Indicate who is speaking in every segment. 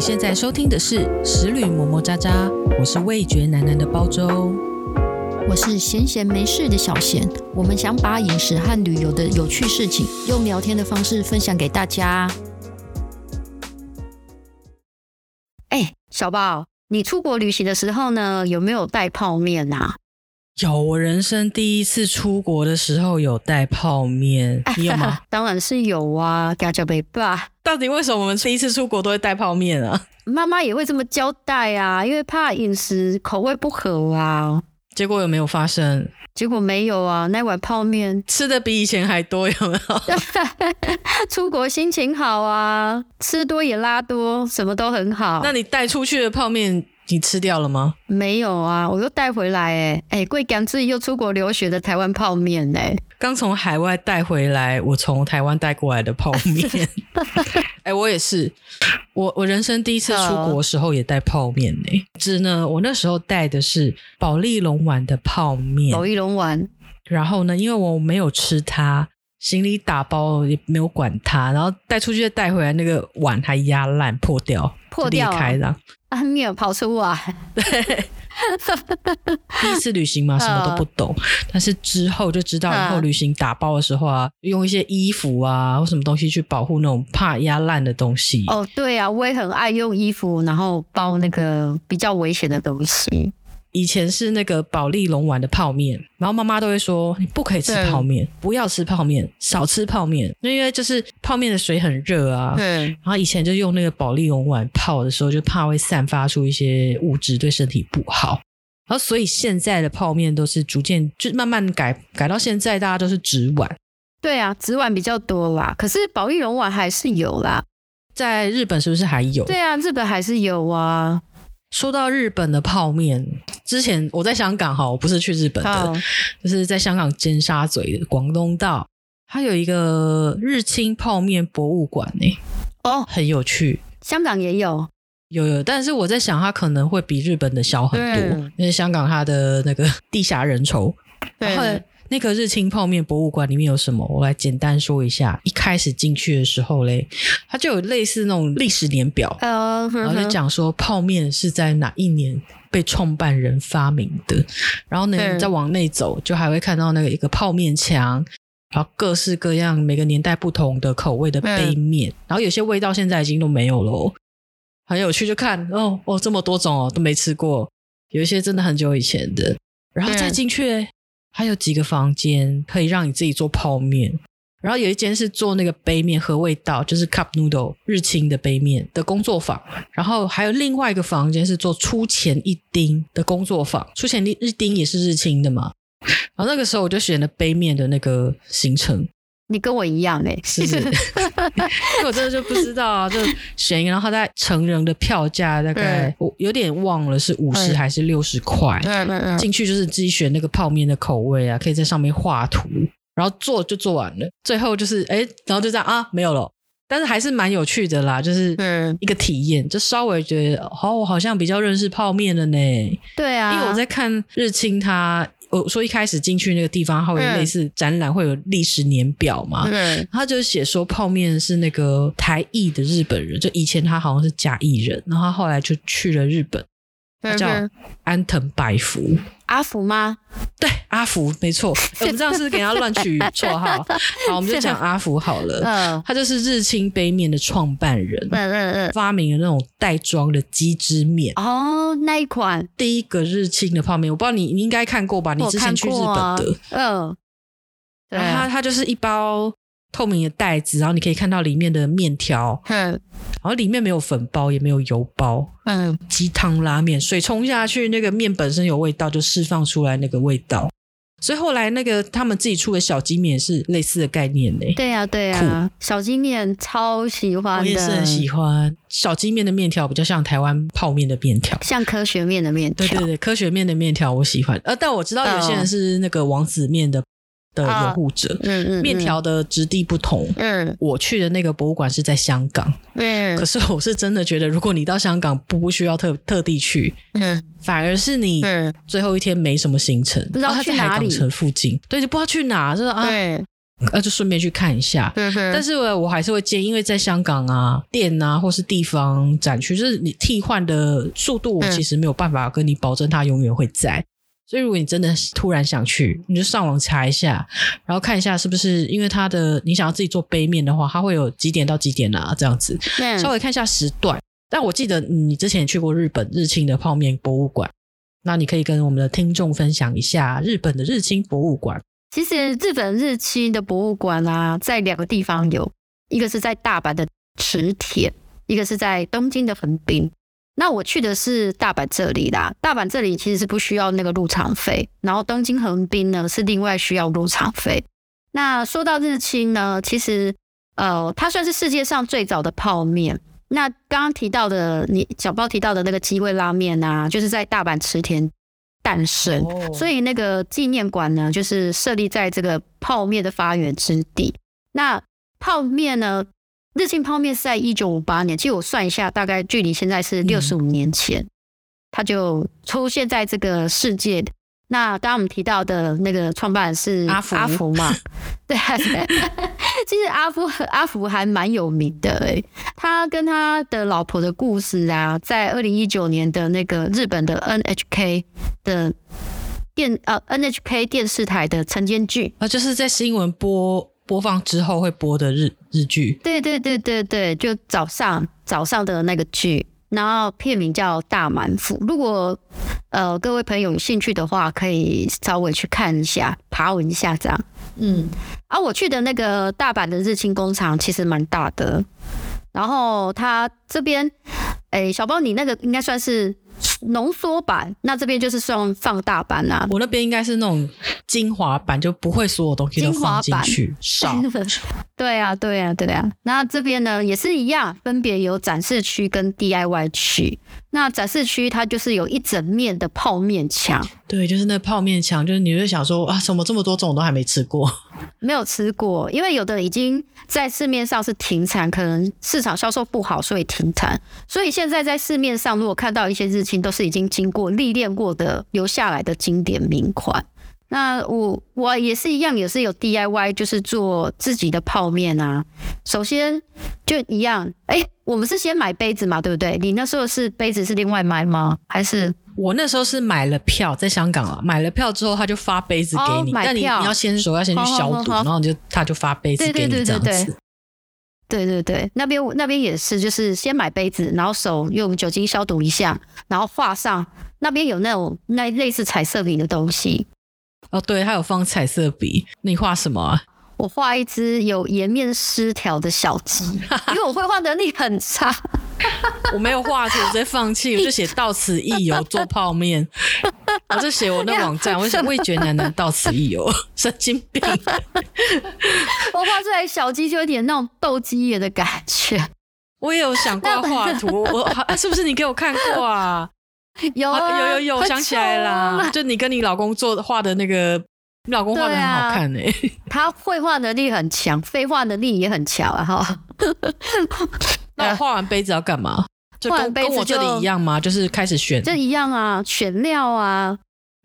Speaker 1: 现在收听的是《十旅磨磨喳喳》，我是味觉男男的包周。
Speaker 2: 我是闲闲没事的小闲，我们想把饮食和旅游的有趣事情，用聊天的方式分享给大家。哎，小宝，你出国旅行的时候呢，有没有带泡面啊？
Speaker 1: 有，我人生第一次出国的时候有带泡 面，你有吗？
Speaker 2: 当然是有啊，嘎加贝爸，
Speaker 1: 到底为什么我们第一次出国都会带泡面啊？
Speaker 2: 妈妈也会这么交代啊，因为怕饮食口味不合啊。
Speaker 1: 结果有没有发生？
Speaker 2: 结果没有啊，那碗泡面
Speaker 1: 吃的比以前还多，有没有？
Speaker 2: 出国心情好啊，吃多也拉多，什么都很好。
Speaker 1: 那你带出去的泡面，你吃掉了吗？
Speaker 2: 没有啊，我又带回来哎、欸、哎，贵港自己又出国留学的台湾泡面哎、
Speaker 1: 刚从海外带回来，我从台湾带过来的泡 面。哎、我也是，我我人生第一次出国的时候也带泡面呢、只呢，我那时候带的是保利龙丸的泡面
Speaker 2: 走，一龙丸，
Speaker 1: 然后呢，因为我没有吃它，行李打包也没有管它，然后带出去再带回来，那个碗还压烂破掉，
Speaker 2: 破掉啊
Speaker 1: 裂开的。
Speaker 2: 啊，没有跑出来，
Speaker 1: 第一次旅行嘛，什么都不懂，但是之后就知道，以后
Speaker 2: 嗯
Speaker 1: 旅行打包的时候啊，用一些衣服啊或什么东西去保护那种怕压烂的东西。
Speaker 2: 哦，对啊，我也很爱用衣服，然后包那个比较危险的东西。
Speaker 1: 以前是那个保利龙丸的泡面，然后妈妈都会说你不可以吃泡面，不要吃泡面，少吃泡面，因为就是泡面的水很热啊。
Speaker 2: 嗯，
Speaker 1: 然后以前就用那个保利龙丸泡的时候，就怕会散发出一些物质，对身体不好。然后所以现在的泡面都是逐渐就慢慢改改到现在，大家都是纸碗。
Speaker 2: 对啊，纸碗比较多啦，可是保利龙碗还是有啦。
Speaker 1: 在日本是不是还有？
Speaker 2: 对啊，日本还是有啊。
Speaker 1: 说到日本的泡面，之前我在香港哈，我不是去日本的，
Speaker 2: 好，
Speaker 1: 就是在香港尖沙咀的广东道，它有一个日清泡面博物馆呢、
Speaker 2: 哦，
Speaker 1: 很有趣。
Speaker 2: 香港也有。
Speaker 1: 有有，但是我在想，它可能会比日本的小很多
Speaker 2: 对，
Speaker 1: 因为香港它的那个地下人稠。然后
Speaker 2: 对，
Speaker 1: 那个日清泡面博物馆里面有什么？我来简单说一下。一开始进去的时候嘞，它就有类似那种历史年表，
Speaker 2: 呃，
Speaker 1: 然后就哦讲说泡面是在哪一年被创办人发明的。然后呢，
Speaker 2: 嗯
Speaker 1: 你再往内走，就还会看到那个一个泡面墙，然后各式各样每个年代不同的口味的杯面，然后有些味道现在已经都没有了哦，很有趣。就看哦哦这么多种哦都没吃过，有一些真的很久以前的。然后再
Speaker 2: 嗯
Speaker 1: 进去嘞，还有几个房间可以让你自己做泡面。然后有一间是做那个杯面和味道，就是 cup noodle 日清的杯面的工作坊。然后还有另外一个房间是做出前一丁的工作坊，出前一丁也是日清的嘛。然后那个时候我就选了杯面的那个行程，
Speaker 2: 你跟我一样哎、
Speaker 1: 是 不是？ 因为我真的就不知道啊，就选一个，然后它在成人的票价大概
Speaker 2: 对
Speaker 1: 我有点忘了是五十
Speaker 2: 对
Speaker 1: 还是六十块，
Speaker 2: 嗯嗯嗯，
Speaker 1: 进去就是自己选那个泡面的口味啊，可以在上面画图，然后做就做完了。最后就是哎，诶然后就这样啊，没有了。但是还是蛮有趣的啦，就是
Speaker 2: 嗯
Speaker 1: 一个体验，就稍微觉得哦，我好像比较认识泡面了呢。因
Speaker 2: 对啊，
Speaker 1: 为我在看日清它，我说一开始进去那个地方，它会有
Speaker 2: 嗯
Speaker 1: 类似展览，会有历史年表嘛。
Speaker 2: 嗯
Speaker 1: 他就写说泡面是那个台裔的日本人，就以前他好像是甲裔人，然后他后来就去了日本，他
Speaker 2: 嗯
Speaker 1: 啊叫
Speaker 2: 嗯
Speaker 1: 安藤百福，
Speaker 2: 阿福吗？
Speaker 1: 对，阿福没错。 诶我们这样是给他乱取绰号，好，我们就讲阿福好了。
Speaker 2: 嗯
Speaker 1: 他就是日清杯面的创办人
Speaker 2: 嗯，嗯
Speaker 1: 发明了那种袋装的鸡汁面，
Speaker 2: 嗯，哦，那一款
Speaker 1: 第一个日清的泡面。我不知道你你应该看过吧？你
Speaker 2: 我
Speaker 1: 之前
Speaker 2: 看
Speaker 1: 去日本
Speaker 2: 过啊
Speaker 1: 的，，
Speaker 2: 嗯，对
Speaker 1: 然后它它就是一包透明的袋子，然后你可以看到里面的面条，
Speaker 2: 嗯
Speaker 1: 然后里面没有粉包，也没有油包，
Speaker 2: 嗯
Speaker 1: 鸡汤拉面，水冲下去，那个面本身有味道，就释放出来那个味道。所以后来那个他们自己出的小鸡面也是类似的概念呢、
Speaker 2: 对呀、对呀、小鸡面超喜欢
Speaker 1: 我
Speaker 2: 的，
Speaker 1: 也是很喜欢小鸡面的面条，比较像台湾泡面的面条。
Speaker 2: 像科学面的面条，
Speaker 1: 对对对，科学面的面条我喜欢。呃，但我知道有些人是那个王子面的的
Speaker 2: 哦
Speaker 1: 拥护者，
Speaker 2: 嗯嗯，嗯
Speaker 1: 面，条的质地不同。
Speaker 2: 嗯
Speaker 1: 我去的那个博物馆是在香港，
Speaker 2: 嗯
Speaker 1: 可是我是真的觉得，如果你到香港不不需要特特地去，
Speaker 2: 嗯
Speaker 1: 反而是你
Speaker 2: 嗯，
Speaker 1: 最后一天没什么行程，
Speaker 2: 不知道
Speaker 1: 啊他
Speaker 2: 去
Speaker 1: 在海
Speaker 2: 哪
Speaker 1: 港
Speaker 2: 里
Speaker 1: 城附近，对，就不知道去哪，就是啊，嗯
Speaker 2: 对，嗯
Speaker 1: 呃，就顺便去看一下。
Speaker 2: 对对，
Speaker 1: 但是我我还是会建议，因为在香港啊、店啊，或是地方展区，就是你替换的速度，
Speaker 2: 嗯
Speaker 1: 其实没有办法跟你保证它永远会在。所以，如果你真的突然想去，你就上网查一下，然后看一下是不是因为它的你想要自己做杯面的话，它会有几点到几点啊这样子，
Speaker 2: 嗯
Speaker 1: 稍微看一下时段。但我记得你之前也去过日本日清的泡面博物馆，那你可以跟我们的听众分享一下日本的日清博物馆。
Speaker 2: 其实日本日期的博物馆啊，在两个地方有，一个是在大阪的池田，一个是在东京的横滨。那我去的是大阪这里啦，大阪这里其实是不需要那个入场费，然后东京横滨呢是另外需要入场费。那说到日清呢，其实呃，它算是世界上最早的泡面。那刚刚提到的，你小包提到的那个鸡味拉面啊，就是在大阪池田诞生。所
Speaker 1: 以
Speaker 2: 以那个纪念馆呢，就是设立在这个泡面的发源之地。那泡面呢，日清泡面是在一九五八年，其实我算一下，大概距离现在是
Speaker 1: 嗯
Speaker 2: 六十五年前，它就出现在这个世界。那刚刚我们提到的那个创办人是
Speaker 1: 阿福
Speaker 2: 阿福嘛？ 对， 阿福其实阿福阿福还蛮有名的诶、他跟他的老婆的故事啊，在二零一九年的那个日本的 NHK 的电呃 NHK 电视台的晨间剧，
Speaker 1: 啊，就是在新闻播播放之后会播的日日剧。
Speaker 2: 对对对对对，就早上早上的那个剧，然后片名叫《大满腹》。如果呃各位朋友有兴趣的话，可以稍微去看一下，爬文一下这样。
Speaker 1: 嗯，
Speaker 2: 啊，我去的那个大阪的日清工厂其实蛮大的，然后它这边，哎、小包你那个应该算是浓缩版，那这边就是算放大版啦、
Speaker 1: 我那边应该是那种精华版，就不会所有东西都放进去，少
Speaker 2: 对啊，对啊，对啊。那这边呢也是一样，分别有展示区跟 DIY 区。那展示区它就是有一整面的泡面墙，
Speaker 1: 对，就是那泡面墙，就是你会想说啊，怎么这么多种都还没吃过？
Speaker 2: 没有吃过，因为有的已经在市面上是停产，可能市场销售不好，所以停产。所以现在在市面上，如果看到一些日清，都是已经经过历练过的留下来的经典名款。那我我也是一样，也是有 DIY，就是做自己的泡面啊。首先就一样，哎、我们是先买杯子嘛，对不对？你那时候是杯子是另外买吗？还是
Speaker 1: 我那时候是买了票，在香港啊，买了票之后他就发杯子给
Speaker 2: 哦
Speaker 1: 你，
Speaker 2: 买
Speaker 1: 但你你
Speaker 2: 票
Speaker 1: 要先手要先去消毒，
Speaker 2: 好好好好
Speaker 1: 然后你就他就发杯子给
Speaker 2: 对对对
Speaker 1: 你这样子。
Speaker 2: 对对对对，那边那边也是，就是先买杯子，然后手用酒精消毒一下，然后画上。那边有那种那类似彩色笔的东西，
Speaker 1: 哦，对，他有放彩色笔，你画什么、啊？
Speaker 2: 我画一只有颜面失调的小鸡，因为我绘画能力很差。
Speaker 1: 我没有画出，我直接放弃，我就写到此一游做泡面，我就写我那网站， 我就写味觉男能到此一游， 神经病。
Speaker 2: 我画出来小鸡就有点那种斗鸡眼的感觉。
Speaker 1: 我也有想过要画图，我啊是不是你给我看过 啊？
Speaker 2: 有啊
Speaker 1: 有有有，我想起来啦，。就你跟你老公做画的那个，你老公画的很好 看诶、
Speaker 2: 他绘画能力很强，绘画能力也很强啊哈。
Speaker 1: 那我画完杯子要干嘛？就
Speaker 2: 画完
Speaker 1: 跟
Speaker 2: 杯子
Speaker 1: 跟我这
Speaker 2: 就
Speaker 1: 里一样吗？就是开始选。
Speaker 2: 这一样啊，选料啊，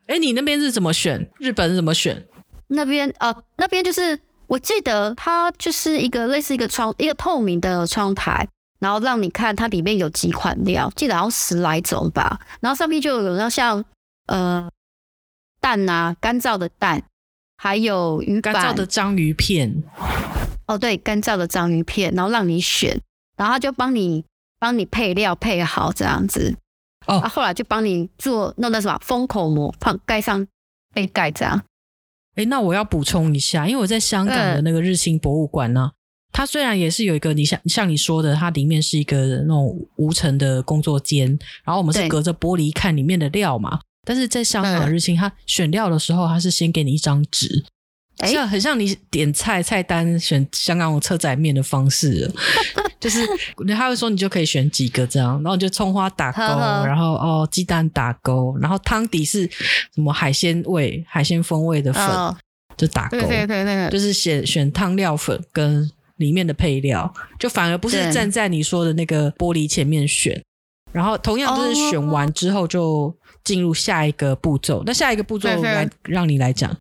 Speaker 1: 哎，你那边是怎么选？日本是怎么选？
Speaker 2: 那边呃，那边就是我记得它就是一个类似一个窗，一个透明的窗台，然后让你看它里面有几款料，记得好像十来种吧。然后上面就有那像呃蛋啊，干燥的蛋，还有鱼板
Speaker 1: 干燥的章鱼片，
Speaker 2: 哦，对，干燥的章鱼片，然后让你选，然后他就帮你帮你配料配好这样子。
Speaker 1: 哦
Speaker 2: 啊，后来就帮你做弄那什么封口膜，放盖上杯盖这样。
Speaker 1: 哎，那我要补充一下，因为我在香港
Speaker 2: 嗯
Speaker 1: 的那个日清博物馆呢、它虽然也是有一个你像像你说的，它里面是一个那种无尘的工作间，然后我们
Speaker 2: 对
Speaker 1: 是隔着玻璃看里面的料嘛。但是在香港的
Speaker 2: 嗯
Speaker 1: 日清，它选料的时候，它是先给你一张纸，
Speaker 2: 哎
Speaker 1: 像很像你点菜菜单选香港车仔面的方式 了，就是他会说你就可以选几个这样，然后你就葱花打勾，
Speaker 2: 呵呵
Speaker 1: 然后哦鸡蛋打勾，然后汤底是什么海鲜味、海鲜风味的粉，
Speaker 2: 哦
Speaker 1: 就打勾，
Speaker 2: 对对，
Speaker 1: 就是选选汤料粉跟里面的配料，就反而不
Speaker 2: 对
Speaker 1: 是站在你说的那个玻璃前面选。然后同样就是选完之后就进入下一个步骤，那下一个步骤
Speaker 2: 对对
Speaker 1: 来让你来讲，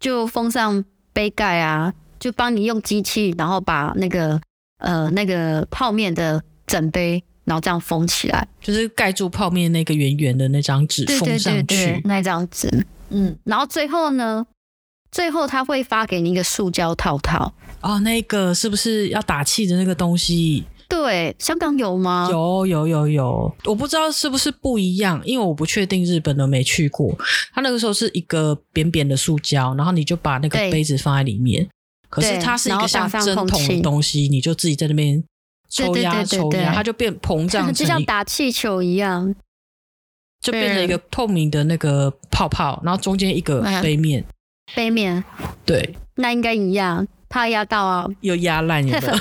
Speaker 2: 就封上杯盖啊，就帮你用机器，然后把那个呃那个泡面的整杯，然后这样封起来，
Speaker 1: 就是盖住泡面那个圆圆的那张纸
Speaker 2: 对
Speaker 1: 封
Speaker 2: 对对
Speaker 1: 上
Speaker 2: 对
Speaker 1: 去，，
Speaker 2: 那张纸，嗯，然后最后呢，最后他会发给你一个塑胶套套，
Speaker 1: 哦，那个是不是要打气的那个东西？
Speaker 2: 对，香港有吗？
Speaker 1: 有有有有，啊我不知道是不是不一样，因为我不确定日本的没去过。它那个时候是一个扁扁的塑胶，然后你就把那个
Speaker 2: 对
Speaker 1: 杯子放在里面，可是
Speaker 2: 对
Speaker 1: 它是一
Speaker 2: 然
Speaker 1: 个
Speaker 2: 后
Speaker 1: 像
Speaker 2: 打上
Speaker 1: 针
Speaker 2: 空
Speaker 1: 筒的
Speaker 2: 气
Speaker 1: 东西，你就自己在那边抽
Speaker 2: 对对
Speaker 1: 压
Speaker 2: 对对
Speaker 1: 抽
Speaker 2: 对
Speaker 1: 压，它就变膨胀
Speaker 2: 就
Speaker 1: 成
Speaker 2: 像
Speaker 1: 一
Speaker 2: 打气球一样，
Speaker 1: 就变成一个透明的那个泡泡，然后中间一个
Speaker 2: 嗯
Speaker 1: 杯面，
Speaker 2: 杯面
Speaker 1: 对，
Speaker 2: 那应该一样，怕压到啊，
Speaker 1: 又压烂有没 有？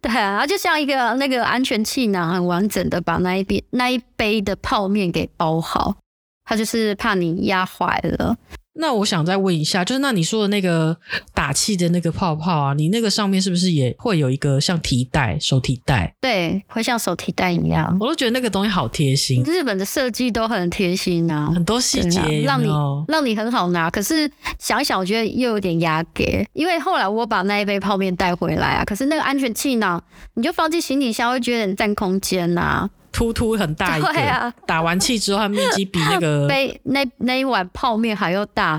Speaker 2: 对啊，它就像一个那个安全气囊，很完整的把那一杯那一杯的泡面给包好，它就是怕你压坏了。
Speaker 1: 那我想再问一下，就是那你说的那个打气的那个泡泡啊，你那个上面是不是也会有一个像提袋、手提袋？
Speaker 2: 对，会像手提袋一样。
Speaker 1: 我都觉得那个东西好贴心，
Speaker 2: 日本的设计都很贴心啊，
Speaker 1: 很多细
Speaker 2: 嗯对
Speaker 1: 节
Speaker 2: 啊，
Speaker 1: 有
Speaker 2: 让
Speaker 1: 没
Speaker 2: 你
Speaker 1: 有？
Speaker 2: 让你很好拿。可是想一想，我觉得又有点压给，因为后来我把那一杯泡面带回来啊，可是那个安全气囊你就放进行李箱，会觉得很占空间啊呐、
Speaker 1: 突突很大一个，
Speaker 2: 对啊
Speaker 1: 打完气之后，它面积比那 个
Speaker 2: 杯那那一碗泡面还要大。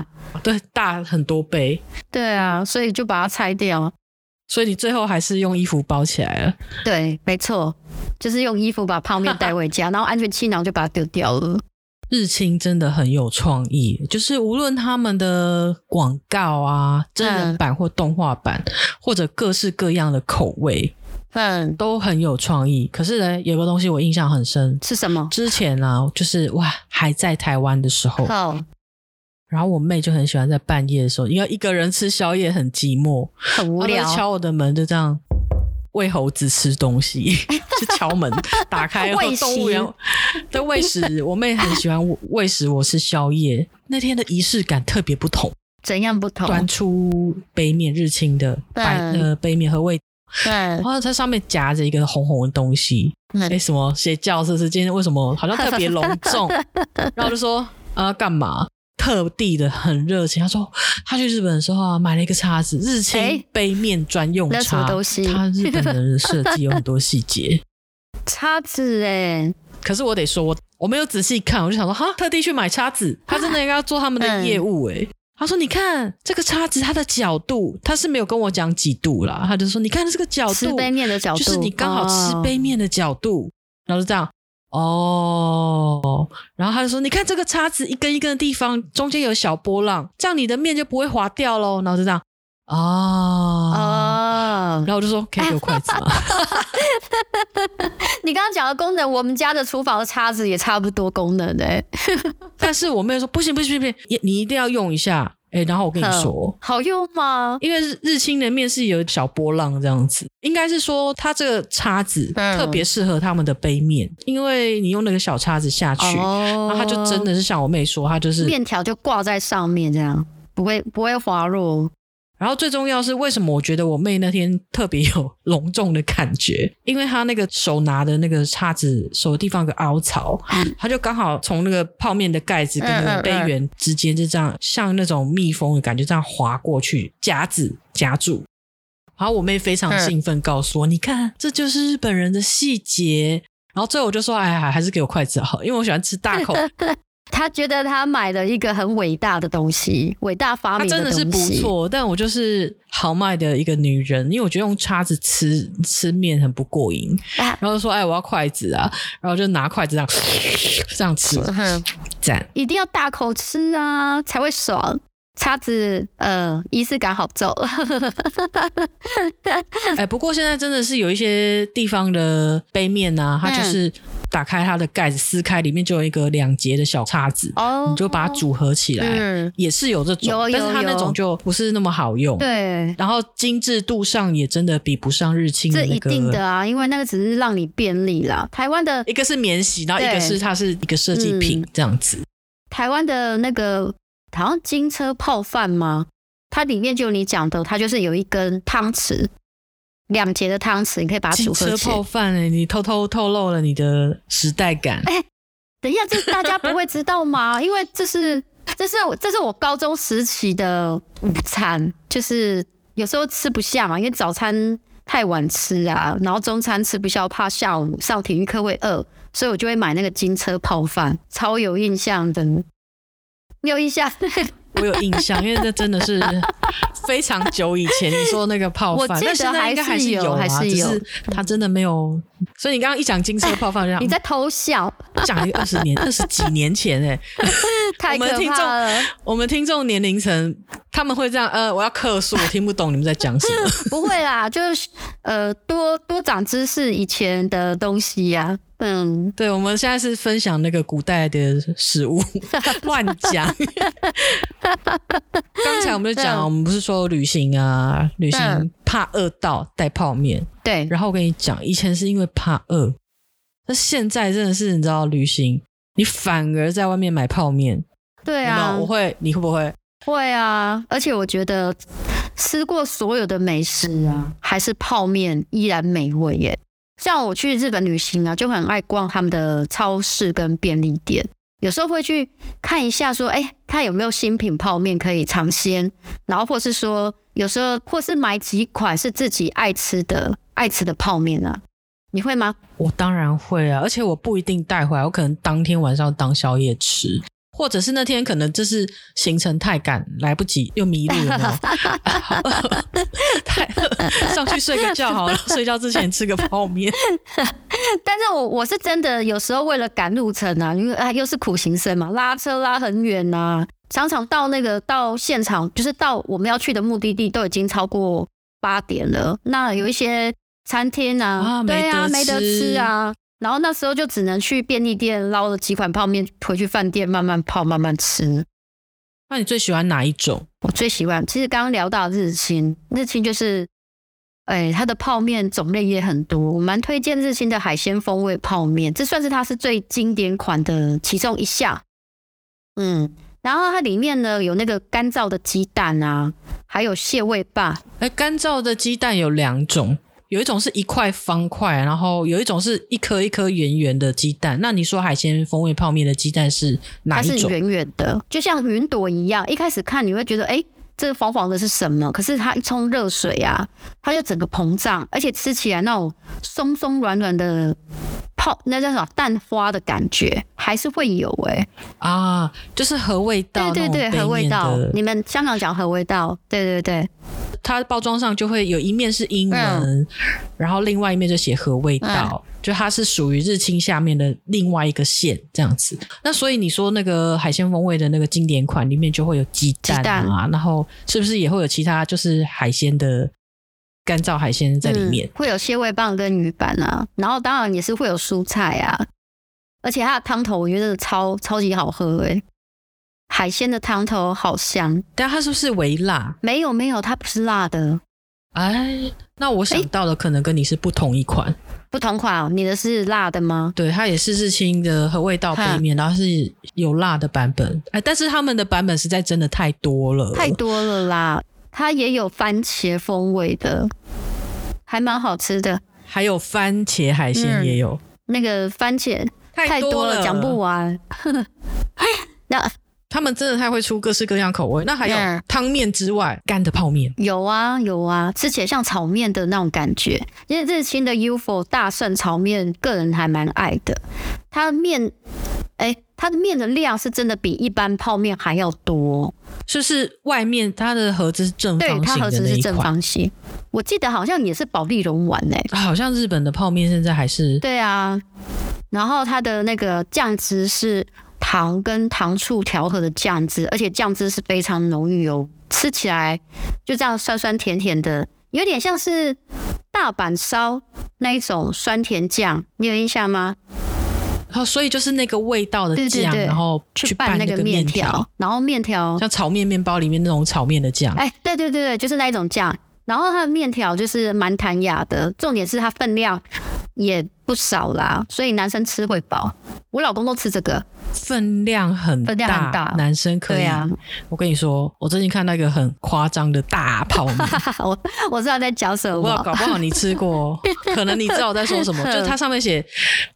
Speaker 1: 对大很多倍，
Speaker 2: 对啊，所以就把它拆掉。啊
Speaker 1: 所以你最后还是用衣服包起来了。
Speaker 2: 对，没错，就是用衣服把泡面带回家，然后安全气囊就把它丢掉了。
Speaker 1: 日清真的很有创意，就是无论他们的广告啊、真人版或动画版，或者各式各样的口味，
Speaker 2: 嗯，
Speaker 1: 都很有创意。可是呢，有个东西我印象很深，
Speaker 2: 是什么？
Speaker 1: 之前啊，就是哇还在台湾的时候，
Speaker 2: 好，
Speaker 1: 然后我妹就很喜欢在半夜的时候，因为一个人吃宵夜很寂寞，
Speaker 2: 很无聊
Speaker 1: 她。就敲我的门就这样。喂猴子吃东西， 就敲门打开，
Speaker 2: 喂食
Speaker 1: 动物园对喂食。我妹很喜欢我喂食，我吃宵夜。那天的仪式感特别不同，
Speaker 2: 怎样不同？
Speaker 1: 端出杯面日清的白
Speaker 2: 嗯
Speaker 1: 呃杯面和味，
Speaker 2: 对
Speaker 1: 然，后它上面夹着一个红红的东西，
Speaker 2: 嗯
Speaker 1: 哎，什么邪教是不是？今天为什么好像特别隆 重？然后我就说啊，干嘛？特地的很热情，他说他去日本的时候啊，买了一个叉子，日清
Speaker 2: 哎
Speaker 1: 杯面专用
Speaker 2: 那什
Speaker 1: 叉。
Speaker 2: 么东西
Speaker 1: 他日本人的设计有很多细 节，
Speaker 2: 叉子哎，
Speaker 1: 可是我得说，我我没有仔细看，我就想说哈，特地去买叉子，他真的应该要做他们的
Speaker 2: 嗯
Speaker 1: 业务诶、他说：“你看这个叉子，它的角度，他是没有跟我讲几度啦。他就说：你看这个角度，
Speaker 2: 吃杯面的角度，
Speaker 1: 就是你刚好吃
Speaker 2: 哦
Speaker 1: 杯面的角度，然后就这样哦。然后他就说：“你看这个叉子一根一根的地方，中间有小波浪，这样你的面就不会滑掉喽。”然后就这样哦。
Speaker 2: 哦
Speaker 1: 然。后我就说：“可以给我筷子吗
Speaker 2: 你刚刚讲的功能，我们家的厨房的叉子也差不多功能哎，？”
Speaker 1: 但是我妹说：“不行不行不行，你你一定要用一下。”哎，然后我跟你说。
Speaker 2: 好用吗？
Speaker 1: 因为日日清的面是有小波浪这样子，应该是说它这个叉子
Speaker 2: 嗯
Speaker 1: 特别适合他们的杯面，因为你用那个小叉子下去，
Speaker 2: 哦
Speaker 1: 然后它就真的是像我妹说，它就是
Speaker 2: 面条就挂在上面这样，不会不会滑落。
Speaker 1: 然后最重要是，为什么我觉得我妹那天特别有隆重的感觉？ 因为她那个手拿的那个叉子，手的地方有个凹槽，她就刚好从那个泡面的盖子跟那
Speaker 2: 嗯嗯
Speaker 1: 个
Speaker 2: 嗯
Speaker 1: 杯缘之间，就这样像那种蜜蜂的感觉，这样划过去，夹子夹住。然后我妹非常
Speaker 2: 嗯
Speaker 1: 兴奋，告诉我：“你看，这就是日本人的细节。”然后最后我就说：“哎呀，还是给我筷子好，因为我喜欢吃大口。
Speaker 2: 他觉得他买了一个很伟大的东西，伟大发
Speaker 1: 它
Speaker 2: 明
Speaker 1: 真的
Speaker 2: 东
Speaker 1: 是
Speaker 2: 西，
Speaker 1: 不错，但我就是豪迈的一个女人，因为我觉得用叉子吃吃面很不过瘾，
Speaker 2: 啊
Speaker 1: 然后就说哎我要筷子啊，然后就拿筷子这样 这样 吃，
Speaker 2: 哼
Speaker 1: 赞。
Speaker 2: 嗯一定要大口吃啊，才会爽。叉子，呃，仪式感好重。嗯
Speaker 1: 哎，不过现在真的是有一些地方的杯面啊，它
Speaker 2: 嗯
Speaker 1: 就是打开它的盖子，撕开里面就有一个两节的小叉子，
Speaker 2: 哦，
Speaker 1: 你就把它组合起来，
Speaker 2: 嗯，
Speaker 1: 也是有这种，
Speaker 2: 有有
Speaker 1: 但是它那种
Speaker 2: 有
Speaker 1: 就不是那么好用。
Speaker 2: 对，
Speaker 1: 然后精致度上也真的比不上日清
Speaker 2: 这
Speaker 1: 那
Speaker 2: 一
Speaker 1: 个
Speaker 2: 定的啊，因为那个只是让你便利啦。台湾的
Speaker 1: 一个是免洗，然后一个
Speaker 2: 对
Speaker 1: 是它是一个设计品
Speaker 2: 嗯
Speaker 1: 这样子。
Speaker 2: 台湾的那个好像金车泡饭吗？它里面就你讲的，它就是有一根汤匙，两节的汤匙，你可以把它
Speaker 1: 金
Speaker 2: 组合
Speaker 1: 车
Speaker 2: 起
Speaker 1: 泡饭、欸，你偷偷透露了你的时代感。
Speaker 2: 哎 等一下，这大家不会知道吗？因为这是这是我这是我高中时期的午餐，就是有时候吃不下嘛，因为早餐太晚吃啊，然后中餐吃不消，怕下午上体育课会饿，所以我就会买那个金车泡饭，超有印象的。你有印象？
Speaker 1: 我有印象，因为那真的是非常久以前你说那个泡
Speaker 2: 我
Speaker 1: 饭，
Speaker 2: 记
Speaker 1: 但
Speaker 2: 得
Speaker 1: 现在应该
Speaker 2: 还是
Speaker 1: 是
Speaker 2: 有
Speaker 1: 啊，
Speaker 2: 还是
Speaker 1: 只
Speaker 2: 有
Speaker 1: 是它真的没有。所以你刚刚一讲金色泡饭，让
Speaker 2: 哎你在 偷笑，
Speaker 1: 讲一个二十年、二十几年前哎、
Speaker 2: 太
Speaker 1: 我们
Speaker 2: 可
Speaker 1: 听众
Speaker 2: 怕了。
Speaker 1: 我们听众年龄层他们会这样，呃，我要客诉，我听不懂你们在讲什么。
Speaker 2: 不会啦，就是呃，多多长知识以前的东西呀、嗯，
Speaker 1: 对，我们现在是分享那个古代的食 物，乱讲。刚才我们就讲，
Speaker 2: 嗯
Speaker 1: 我们不是说旅行啊，旅
Speaker 2: 嗯
Speaker 1: 行怕饿到带泡面。
Speaker 2: 对，
Speaker 1: 然后我跟你讲，以前是因为怕饿，那现在真的是你知道，旅行你反而在外面买泡面。
Speaker 2: 对
Speaker 1: 有没
Speaker 2: 啊
Speaker 1: 有我，会，你会不会？
Speaker 2: 会啊，而且我觉得吃过所有的美食啊，还是泡面依然美味耶。像我去日本旅行啊，就很爱逛他们的超市跟便利店，有时候会去看一下说，哎，看有没有新品泡面可以尝鲜，然后或是说有时候或是买几款是自己爱吃的爱吃的泡面啊，你会吗？
Speaker 1: 我当然会啊，而且我不一定带回来，我可能当天晚上当宵夜吃，或者是那天可能就是行程太赶，来不及又迷路 了，啊好饿太饿，上去睡个觉好了， 睡觉之前吃个泡面。
Speaker 2: 但是我我是真的有时候为了赶路程啊，因为啊又是苦行僧嘛，拉车拉很远呐、常常到那个到现场，就是到我们要去的目的地都已经超过八点了。那有一些餐厅啊，
Speaker 1: 啊
Speaker 2: 对啊，没
Speaker 1: 没
Speaker 2: 得
Speaker 1: 得
Speaker 2: 吃
Speaker 1: 吃
Speaker 2: 啊。然后那时候就只能去便利店捞了几款泡面，回去饭店慢慢泡慢慢吃。
Speaker 1: 那你最喜欢哪一种？
Speaker 2: 我最喜欢，其实刚刚聊到日清，日清就是，哎、它的泡面种类也很多，我蛮推荐日清的海鲜风味泡面，这算是它是最经典款的其中一项。嗯，然后它里面呢有那个干燥的鸡蛋啊，还有蟹味霸，
Speaker 1: 哎，干燥的鸡蛋有两种，有一种是一块方块，然后有一种是一颗一颗圆圆的鸡蛋。那你说海鲜风味泡面的鸡蛋是哪
Speaker 2: 它
Speaker 1: 一
Speaker 2: 是
Speaker 1: 种？
Speaker 2: 圆圆的，就像云朵一样。一开始看你会觉得，哎、这黄黄的是什么？可是它一冲热水啊，它就整个膨胀，而且吃起来那种松松软软的泡，那叫什么蛋花的感觉，还是会有哎、
Speaker 1: 啊，就是合味道
Speaker 2: 对
Speaker 1: 那
Speaker 2: 对
Speaker 1: 种
Speaker 2: 对，
Speaker 1: 杯
Speaker 2: 合味
Speaker 1: 面
Speaker 2: 道
Speaker 1: 的，
Speaker 2: 你们香港讲合味道，对对对，
Speaker 1: 它包装上就会有一面是英文，
Speaker 2: 嗯
Speaker 1: 然后另外一面就写和味道，就它是属于日清下面的另外一个线这样子。那所以你说那个海鲜风味的那个经典款里面就会有鸡蛋啊，
Speaker 2: 鸡蛋
Speaker 1: 然后是不是也会有其他就是海鲜的干燥海鲜在里面
Speaker 2: 嗯？会有蟹味棒跟鱼板啊，然后当然也是会有蔬菜啊，而且它的汤头我觉得超超级好喝哎、海鲜的汤头好香。
Speaker 1: 但它是不是微辣？
Speaker 2: 没有没有，它不是辣的，
Speaker 1: 哎，那我想
Speaker 2: 哎
Speaker 1: 到的可能跟你是不同一款。
Speaker 2: 不同款哦。你的是辣的吗？
Speaker 1: 对，它也是日清的和味道杯面，然后是有辣的版本。哎，但是他们的版本实在真的太多了，
Speaker 2: 太多了啦，它也有番茄风味的，还蛮好吃的。
Speaker 1: 还有番茄海鲜
Speaker 2: 嗯
Speaker 1: 也有，
Speaker 2: 那个番茄
Speaker 1: 太
Speaker 2: 多
Speaker 1: 了，
Speaker 2: 讲不完。那
Speaker 1: 他们真的太会出各式各样口味。那还有
Speaker 2: 嗯
Speaker 1: 汤面之外，干的泡面
Speaker 2: 有啊有啊，吃起来像炒面的那种感觉。因为日清的 UFO 大蒜炒面，个人还蛮爱的。它的面，哎、它的面的量是真的比一般泡面还要多。
Speaker 1: 就是外面它的盒子是正
Speaker 2: 对，
Speaker 1: 方
Speaker 2: 它
Speaker 1: 形
Speaker 2: 盒
Speaker 1: 的
Speaker 2: 子
Speaker 1: 那
Speaker 2: 是
Speaker 1: 一
Speaker 2: 正
Speaker 1: 款，
Speaker 2: 方形。我记得好像也是保利龙丸诶、
Speaker 1: 好像日本的泡面现在还是
Speaker 2: 对啊，然后它的那个酱汁是糖跟糖醋调和的酱汁，而且酱汁是非常浓郁哦，吃起来就这样酸酸甜甜的，有点像是大阪烧那一种酸甜酱，你有印象吗？
Speaker 1: 然后哦所以就是那个味道的
Speaker 2: 对对
Speaker 1: 酱，
Speaker 2: 对
Speaker 1: 然后
Speaker 2: 去
Speaker 1: 拌
Speaker 2: 拌那
Speaker 1: 个
Speaker 2: 个面
Speaker 1: 面
Speaker 2: 条，，然后面条
Speaker 1: 像炒面面包里面那种炒面的酱。
Speaker 2: 哎，对对对对，就是那一种酱。然后它的面条就是蛮弹牙的，重点是它分量也不少啦，所以男生吃会饱。我老公都吃这个，
Speaker 1: 分量很大，
Speaker 2: 分量很大
Speaker 1: 男生可以。
Speaker 2: 对啊，
Speaker 1: 我跟你说，我最近看到一个很夸张的大泡面，
Speaker 2: 我 我知道在讲什
Speaker 1: 我
Speaker 2: 么。
Speaker 1: 搞不好你吃过 哦，可能你知道我在说什么。就它上面写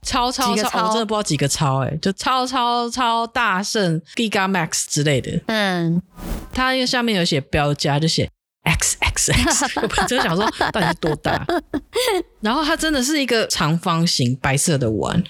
Speaker 1: 超超
Speaker 2: 嗯几个
Speaker 1: 超，
Speaker 2: 超
Speaker 1: 我真的不知道几个超哎、就超超超大圣 Giga Max 之类的。
Speaker 2: 嗯，
Speaker 1: 它因为下面有写标价，就写 X X X，我就想说到底是多大？然后它真的是一个长方形白色的碗，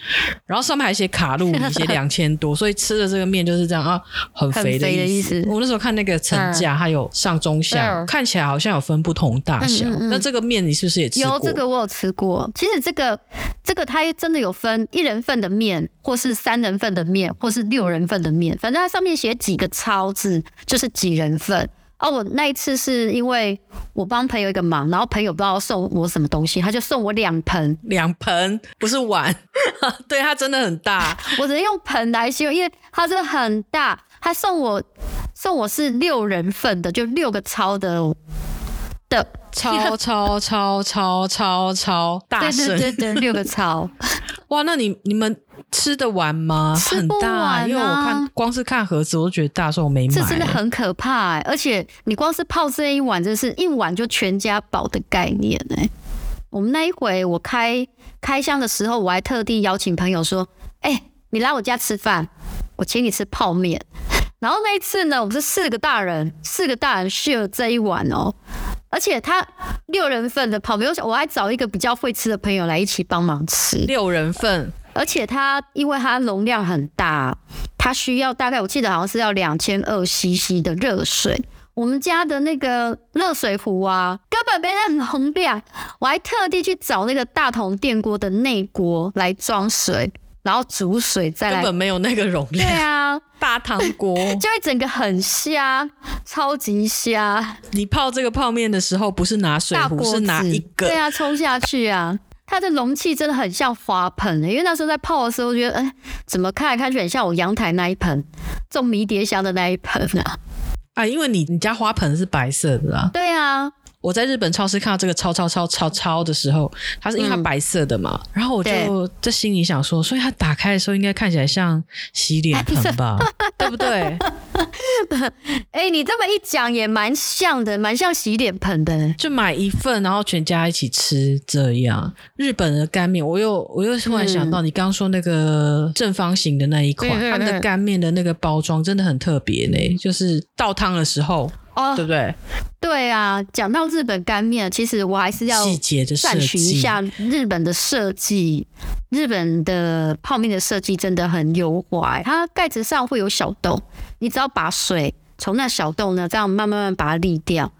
Speaker 1: 然后上面还写卡路里， 写两千多，所以吃的这个面就是这样啊，很肥的
Speaker 2: 很肥的
Speaker 1: 意
Speaker 2: 意
Speaker 1: 思
Speaker 2: 思。
Speaker 1: 我那时候看那个成价，它有上中下，
Speaker 2: 嗯
Speaker 1: 看起来好像有分不同大小。
Speaker 2: 嗯嗯嗯
Speaker 1: 那这个面你是不是也吃过？
Speaker 2: 有这个我有吃过。其实这个这个它真的有分一人份的面，或是三人份的面，或是六人份的面，反正它上面写几个超字，就是几人份。哦，我那一次是因为我帮朋友一个忙，然后朋友不知道送我什么东西，他就送我两盆，
Speaker 1: 两盆不是碗， 对它真的很 大，
Speaker 2: 我只能用盆来形容，因为它真的很大。他送我送我是六人份的，就六个超的哦的，
Speaker 1: 超超超超超超大
Speaker 2: 对
Speaker 1: 圣。
Speaker 2: 对对对，六个超。
Speaker 1: 哇，那你你们吃得完吗？
Speaker 2: 吃
Speaker 1: 很
Speaker 2: 不
Speaker 1: 大，
Speaker 2: 完
Speaker 1: 因为我
Speaker 2: 啊
Speaker 1: 看光是看盒子我就觉得大，所以我没买。
Speaker 2: 这真的很可怕、欸，而且你光是泡这一碗，真是一碗就全家饱的概念哎、我们那一回我开开箱的时候，我还特地邀请朋友说：“哎、你来我家吃饭，我请你吃泡面。” 然后那一次呢，我们是四个大人，四个大人 share 这一碗哦、而且他六人份的泡面，我还找一个比较会吃的朋友来一起帮忙吃。
Speaker 1: 六人份，
Speaker 2: 而且它因为它容量很大，它需要大概我记得好像是要两千二 CC 的热水。我们家的那个热水壶啊，根本没那么容量，我还特地去找那个大桶电锅的内锅来装水，然后煮水再
Speaker 1: 根
Speaker 2: 来。
Speaker 1: 本没有那个容
Speaker 2: 对
Speaker 1: 量。
Speaker 2: 啊，
Speaker 1: 大汤锅，
Speaker 2: 就会整个很瞎，超级瞎，
Speaker 1: 你泡这个泡面的时候不是拿水
Speaker 2: 大
Speaker 1: 壶，
Speaker 2: 锅
Speaker 1: 是拿
Speaker 2: 子
Speaker 1: 一个
Speaker 2: 对。啊，冲下去啊。它的容器真的很像花盆、欸因为那时候在泡的时候，觉得哎、怎么看来看去很像我阳台那一盆种迷迭香的那一盆啊。
Speaker 1: 啊，因为你你家花盆是白色的啦。
Speaker 2: 对啊，
Speaker 1: 我在日本超市看到这个超超超超超的时候，它是因为它
Speaker 2: 嗯
Speaker 1: 白色的嘛，然后我就
Speaker 2: 对
Speaker 1: 在心里想说，所以它打开的时候应该看起来像洗脸盆吧，对不对？
Speaker 2: 哎、你这么一讲也蛮像的，蛮像洗脸盆的。欸
Speaker 1: 就买一份，然后全家一起吃，这样日本的干面，我又我又突然想到你刚刚说那个正方形的那一款，
Speaker 2: 嗯嗯嗯
Speaker 1: 他们的干面的那个包装真的很特别呢，就是倒汤的时候，
Speaker 2: 哦
Speaker 1: 对，不对？
Speaker 2: 对啊，讲到日本干面，其实我还是要
Speaker 1: 细节的设
Speaker 2: 赞许一
Speaker 1: 计，
Speaker 2: 下日本的设计，日本的泡面的设计真的很优滑、它盖子上会有小洞，你只要把水从那小洞呢，这样慢慢慢把它沥掉，啊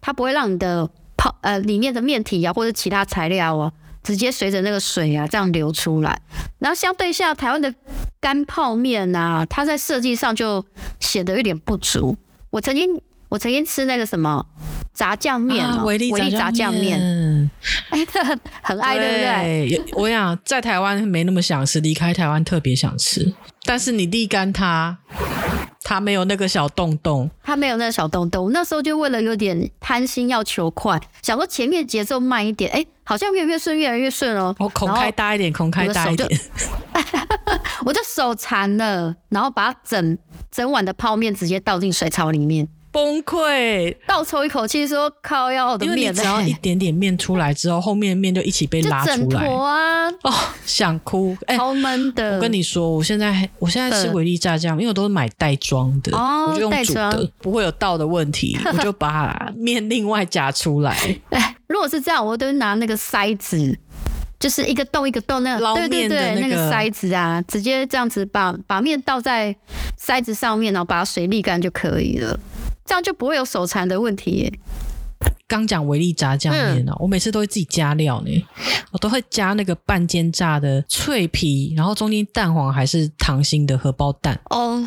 Speaker 2: 它不会让你的泡呃里面的面体啊或者其他材料啊，直接随着那个水啊这样流出来。然后相对下台湾的干泡面啊，它在设计上就显得有点不足。我曾经我曾经吃那个什么炸酱面、
Speaker 1: 啊
Speaker 2: 哦，
Speaker 1: 维力
Speaker 2: 炸酱面。
Speaker 1: 面，
Speaker 2: 哎，这很很爱，对不对？
Speaker 1: 对有我想在台湾没那么想吃，离开台湾特别想吃，但是你沥干它，它没有那个小洞洞，
Speaker 2: 他没有那个小洞洞，我那时候就为了有点贪心要求快，想说前面节奏慢一点，哎，好像越来越顺，越来越顺哦。
Speaker 1: 我孔
Speaker 2: 然后
Speaker 1: 开大一点，孔开
Speaker 2: 我的
Speaker 1: 大
Speaker 2: 手
Speaker 1: 一
Speaker 2: 就
Speaker 1: 点。
Speaker 2: 我就手残了，然后把整整碗的泡面直接倒进水槽里面，
Speaker 1: 崩溃，
Speaker 2: 倒抽一口气说靠要我的
Speaker 1: 因为你
Speaker 2: 面哎
Speaker 1: 只要一点点面出来之后，后面的面就一起被
Speaker 2: 就
Speaker 1: 拉
Speaker 2: 整
Speaker 1: 出来。
Speaker 2: 坨啊，
Speaker 1: 哦，想哭！哎、
Speaker 2: 超闷的。
Speaker 1: 我跟你说，我现在我现在吃
Speaker 2: 嗯
Speaker 1: 维力炸酱，因为我都是买袋装的，
Speaker 2: 哦
Speaker 1: 我就用
Speaker 2: 袋
Speaker 1: 煮的
Speaker 2: 装，
Speaker 1: 不会有倒的问 题，我就把面另外夹出来，
Speaker 2: 哎，如果是这样，我都拿那个筛子，就是一个洞一个洞那
Speaker 1: 捞
Speaker 2: 个，对对
Speaker 1: 面的
Speaker 2: 对，
Speaker 1: 那
Speaker 2: 那
Speaker 1: 个
Speaker 2: 个筛子啊，直接这样子把把面倒在筛子上面，然后把水沥干就可以了，这样就不会有手残的问题耶。
Speaker 1: 刚讲维力炸酱
Speaker 2: 嗯
Speaker 1: 面啊，我每次都会自己加料呢，我都会加那个半煎炸的脆皮，然后中间蛋黄还是溏心的荷包蛋，
Speaker 2: 哦，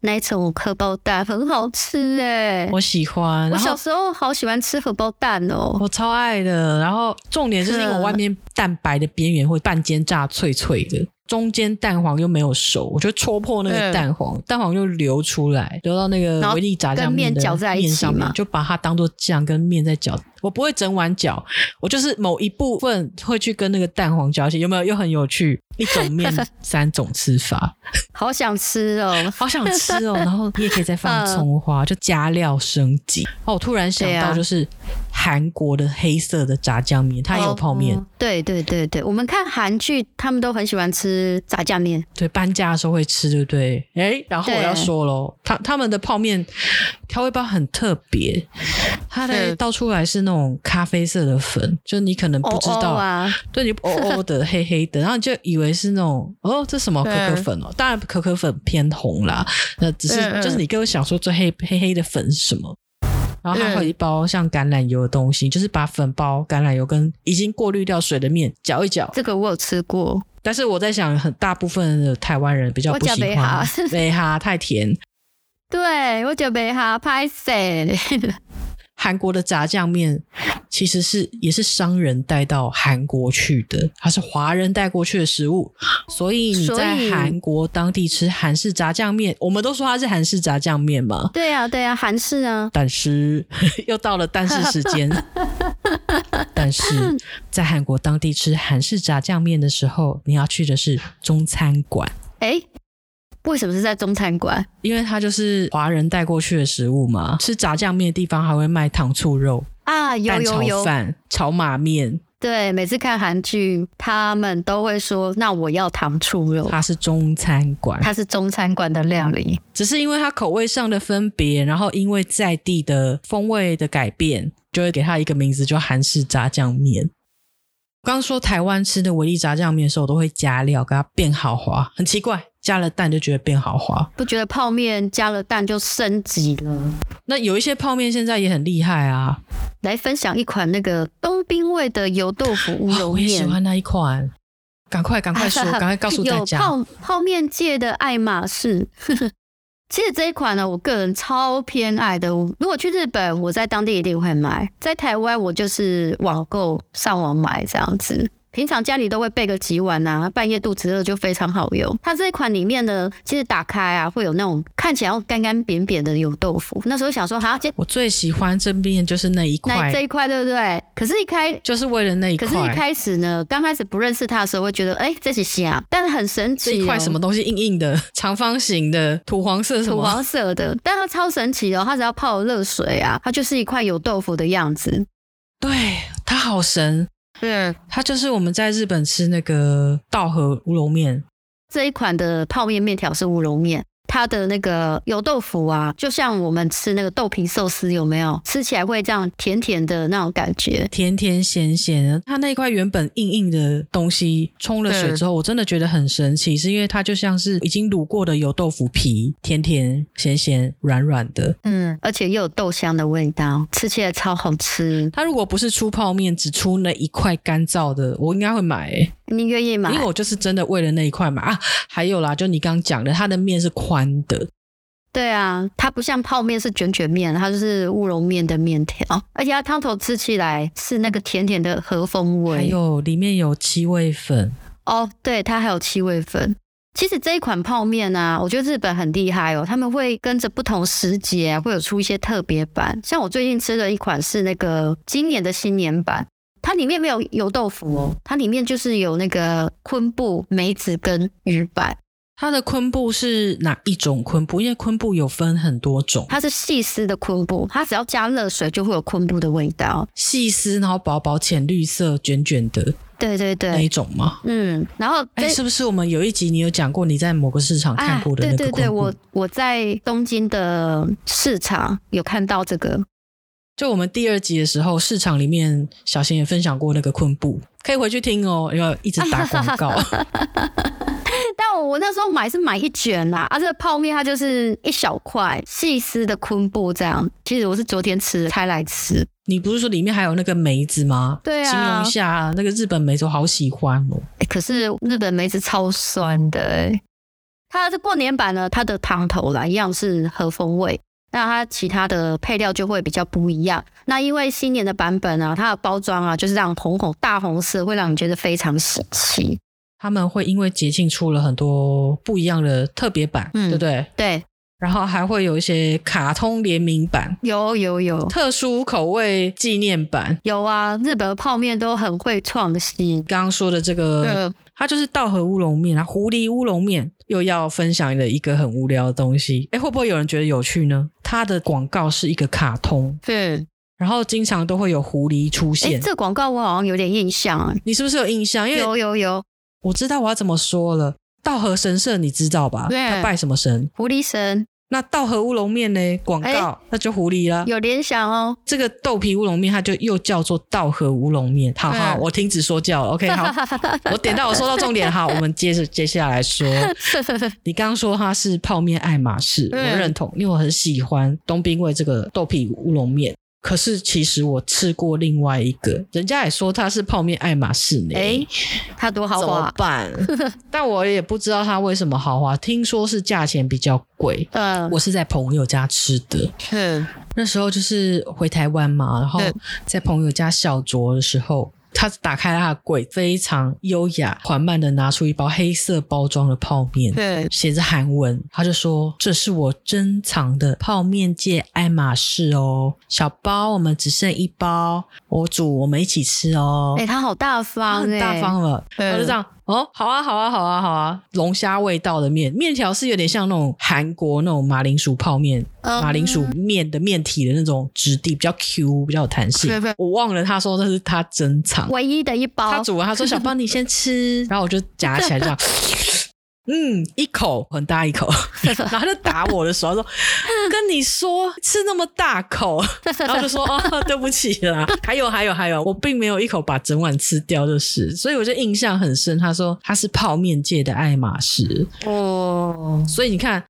Speaker 2: 那一层我荷包蛋很好吃哎，
Speaker 1: 我喜欢。
Speaker 2: 我
Speaker 1: 然后
Speaker 2: 小时候好喜欢吃荷包蛋哦。
Speaker 1: 我超爱的。然后重点就是因为我外面蛋白的边缘会半煎炸脆脆的，中间蛋黄又没有熟，我就戳破那个
Speaker 2: 嗯
Speaker 1: 蛋黄，蛋黄又流出来，流到那个
Speaker 2: 然后
Speaker 1: 维力炸酱面
Speaker 2: 跟面
Speaker 1: 的
Speaker 2: 搅在一起
Speaker 1: 面上面
Speaker 2: 嘛
Speaker 1: 就把它当做酱跟面在搅我不会整碗搅，我就是某一部分会去跟那个蛋黄搅一起，有没有？又很有趣，一种 面三种吃法，
Speaker 2: 好想吃哦。
Speaker 1: 好想吃 哦。然后你也可以再放葱花，就加料升级。
Speaker 2: 嗯
Speaker 1: 哦，我突然想
Speaker 2: 对
Speaker 1: 到，
Speaker 2: 啊
Speaker 1: 就是韩国的黑色的炸酱面，它也有泡面。
Speaker 2: 哦对对对对，我们看韩剧，他们都很喜欢吃炸酱面。
Speaker 1: 对，搬家的时候会吃，对不对？哎，然后我
Speaker 2: 对
Speaker 1: 要说喽，他他们的泡面调味包很特别，它的
Speaker 2: 是
Speaker 1: 倒出来是那种咖啡色的粉，就你可能不知
Speaker 2: 哦
Speaker 1: 道，
Speaker 2: 哦啊，
Speaker 1: 对你 哦哦的黑黑的，然后你就以为是那种哦，这什么可可粉哦？当然可可粉偏红啦，那只是、
Speaker 2: 嗯嗯
Speaker 1: 就是你跟我想说这黑黑黑的粉是什么？然后它
Speaker 2: 嗯
Speaker 1: 还有一包像橄榄油的东西，就是把粉包、橄榄油跟已经过滤掉水的面搅一搅。
Speaker 2: 这个我有吃过。
Speaker 1: 但是我在想，很大部分的台湾人比较
Speaker 2: 我
Speaker 1: 不
Speaker 2: 叫
Speaker 1: 喜
Speaker 2: 北
Speaker 1: 欢
Speaker 2: 哈
Speaker 1: 北哈 太甜。
Speaker 2: 对，我觉得哈拍 谁？
Speaker 1: 韩国的炸酱面其实是也是商人带到韩国去的，它是华人带过去的食物，所以你在
Speaker 2: 所以
Speaker 1: 韩国当地吃韩式炸酱面，我们都说它是韩式炸酱面嘛，
Speaker 2: 对啊，对啊，韩式啊，
Speaker 1: 但是 又到了但是时 间，但是在韩国当地吃韩式炸酱面的时候，你要去的是中餐馆。
Speaker 2: 哎，为什么是在中餐馆？
Speaker 1: 因为它就是华人带过去的食物嘛，吃炸酱面的地方还会卖糖醋肉、
Speaker 2: 啊，有
Speaker 1: 蛋
Speaker 2: 有
Speaker 1: 炒
Speaker 2: 有，
Speaker 1: 饭、炒马面，
Speaker 2: 对，每次看韩剧，他们都会说：“那我要糖醋肉。
Speaker 1: 它是中餐”馆，
Speaker 2: 它是中餐馆的料理，
Speaker 1: 只是因为它口味上的分别，然后因为在地的风味的改变，就会给它一个名字，就韩式炸酱面。刚说台湾吃的维力炸酱面的时候，我都会加料，给它变豪华，很奇怪，加了蛋就觉得变豪华。
Speaker 2: 不觉得泡面加了蛋就升级了？
Speaker 1: 那有一些泡面现在也很厉害啊，
Speaker 2: 来分享一款那个东冰味的油豆腐乌
Speaker 1: 哇
Speaker 2: 龙
Speaker 1: 啊哦我也喜
Speaker 2: 面，
Speaker 1: 欢那一款，赶快赶啊 快说，赶快告诉大
Speaker 2: 啊有
Speaker 1: 家。
Speaker 2: 泡泡面界的爱马仕。其实这一款呢，我个人超偏爱的。我如果去日本，我在当地一定会买；在台湾，我就是网购上网买这样子。平常家里都会备个几碗啊，半夜肚子饿就非常好用。它这一款里面呢，其实打开啊，会有那种看起来干干扁扁的油豆腐。那时候想说，好，这
Speaker 1: 我最喜欢这面就是那一
Speaker 2: 那
Speaker 1: 块
Speaker 2: 这，一块对不对？可是，一开
Speaker 1: 就是为了那一
Speaker 2: 可是，一
Speaker 1: 块，
Speaker 2: 开始呢，刚开始不认识它的时候，会觉得哎、这是虾，但很神
Speaker 1: 这
Speaker 2: 奇、
Speaker 1: 一
Speaker 2: 哦。
Speaker 1: 块什么东西硬硬的， 长方形的，土黄色什
Speaker 2: 土
Speaker 1: 么，
Speaker 2: 黄色的，但它超神奇哦！它只要泡热水啊，它就是一块有豆腐的样子。
Speaker 1: 对，它好神，
Speaker 2: 嗯，
Speaker 1: 它就是我们在日本吃那个稻荷乌龙面，
Speaker 2: 这一款的泡面面条是乌龙面，它的那个油豆腐啊，就像我们吃那个豆皮寿司，有没有？吃起来会这样甜甜的那种感觉。
Speaker 1: 甜甜咸咸的，它那一块原本硬硬的东西冲了水之后，我真的觉得很神奇，是因为它就像是已经卤过的油豆腐皮，甜甜咸咸软软的，
Speaker 2: 嗯，而且又有豆香的味道，吃起来超好吃。
Speaker 1: 它如果不是出泡面，只出那一块干燥的，我应该会买、欸。
Speaker 2: 你愿意买
Speaker 1: 因？为我就是真的为了那一块嘛啊，还有啦，就你刚讲的，它的面是宽的，
Speaker 2: 对啊，它不像泡面是卷卷面，它就是乌龙面的面条，而且它汤头吃起来是那个甜甜的和风味。
Speaker 1: 还有里面有七味粉，
Speaker 2: 哦，对，它还有七味粉。其实这一款泡面啊，我觉得日本很厉害哦，他们会跟着不同时节、啊、会有出一些特别版。像我最近吃的一款是那个今年的新年版，它里面没有油豆腐哦，它里面就是有那个昆布、梅子跟鱼板，
Speaker 1: 它的昆布是哪一种昆布？因为昆布有分很多种，
Speaker 2: 它是细丝的昆布，它只要加热水就会有昆布的味道。
Speaker 1: 细丝，然后薄薄浅绿色卷卷的
Speaker 2: 对对
Speaker 1: 那一
Speaker 2: 对，
Speaker 1: 种吗？
Speaker 2: 嗯，然后
Speaker 1: 哎，
Speaker 2: 这
Speaker 1: 是不是我们有一集你有讲过你在某个市场看过的那
Speaker 2: 啊、
Speaker 1: 个
Speaker 2: 对
Speaker 1: 昆
Speaker 2: 对
Speaker 1: 布？
Speaker 2: 对，我我在东京的市场有看到这个，
Speaker 1: 就我们第二集的时候，市场里面小贤也分享过那个昆布，可以回去听哦，因为一直打广告。
Speaker 2: 但我我那时候买是买一卷啦，啊，这个泡面它就是一小块细丝的昆布这样。其实我是昨天吃的才来吃，
Speaker 1: 你不是说里面还有那个梅子吗？
Speaker 2: 对啊
Speaker 1: 形容一下啊那个日本梅子，我好喜欢哦。
Speaker 2: 欸可是日本梅子超酸的、欸。它的过年版呢，它的汤头啦一样是和风味，那它其他的配料就会比较不一样。那因为新年的版本啊，它的包装啊就是让红红大红色，会让你觉得非常喜气。
Speaker 1: 他们会因为节庆出了很多不一样的特别版，
Speaker 2: 嗯
Speaker 1: 对不对？
Speaker 2: 对，
Speaker 1: 然后还会有一些卡通联名版、
Speaker 2: 有有有
Speaker 1: 特殊口味纪念版。
Speaker 2: 有啊，日本的泡面都很会创新。
Speaker 1: 刚刚说的这个，
Speaker 2: 呃，
Speaker 1: 它就是稻荷乌龙面啊，狐狸乌龙面又要分享的一个很无聊的东西。哎，会不会有人觉得有趣呢？它的广告是一个卡通，
Speaker 2: 对，
Speaker 1: 然后经常都会有狐狸出
Speaker 2: 哎，
Speaker 1: 现。
Speaker 2: 这广告我好像有点印象啊，
Speaker 1: 你是不是有印象？因为
Speaker 2: 有有有，
Speaker 1: 我知道我要怎么说了。稻荷神社你知道吧？
Speaker 2: 对
Speaker 1: 他拜什么神？
Speaker 2: 狐狸神
Speaker 1: 那稻荷乌龙面呢？广告
Speaker 2: 哎
Speaker 1: 那就狐狸啦。
Speaker 2: 有联想哦，
Speaker 1: 这个豆皮乌龙面，它就又叫做稻荷乌龙面。好好，
Speaker 2: 嗯
Speaker 1: 我停止说教了。OK，好， 我点到我说到重点。好，我们接着接下来 说，你刚刚说它是泡面爱马仕，我
Speaker 2: 嗯
Speaker 1: 认同，因为我很喜欢东兵卫这个豆皮乌龙面。可是其实我吃过另外一个，人家也说它是泡面爱马仕呢。
Speaker 2: 哎，它多豪
Speaker 1: 怎么
Speaker 2: 华，
Speaker 1: 办？ 但我也不知道它为什么豪华，听说是价钱比较贵。
Speaker 2: 嗯，
Speaker 1: 我是在朋友家吃的，
Speaker 2: 是
Speaker 1: 那时候就是回台湾嘛，然后
Speaker 2: 对
Speaker 1: 在朋友家小酌的时候，他打开了他的柜，非常优雅缓慢的拿出一包黑色包装的泡面，
Speaker 2: 对，
Speaker 1: 写着韩文，他就说：“这是我珍藏的泡面界爱马仕哦，小包我们只剩一包，我煮我们一起吃哦。
Speaker 2: 哎，它好大
Speaker 1: 他
Speaker 2: 方，
Speaker 1: 很
Speaker 2: 哎
Speaker 1: 大方了，
Speaker 2: 嗯
Speaker 1: 我就这样哦，好啊，好啊，好啊，好啊，龙虾味道的面，面条是有点像那种韩国那种马铃薯泡面，
Speaker 2: 嗯
Speaker 1: 马铃薯面的面体的那种质地比较 Q，比较有弹性
Speaker 2: 对对。
Speaker 1: 我忘了他说那是他珍藏，
Speaker 2: 唯一的一
Speaker 1: 他
Speaker 2: 包，
Speaker 1: 煮完他说小包你先吃，然后我就夹起来这样。嗯，一口很大一口，然后他就打我的手，他说：“跟你说吃那么大口。”然后就说：“哦，对不起啦，还有还有还有，我并没有一口把整碗吃掉，就是，所以我就印象很深。他说他是泡面界的爱马仕，
Speaker 2: 哦，
Speaker 1: 所以你看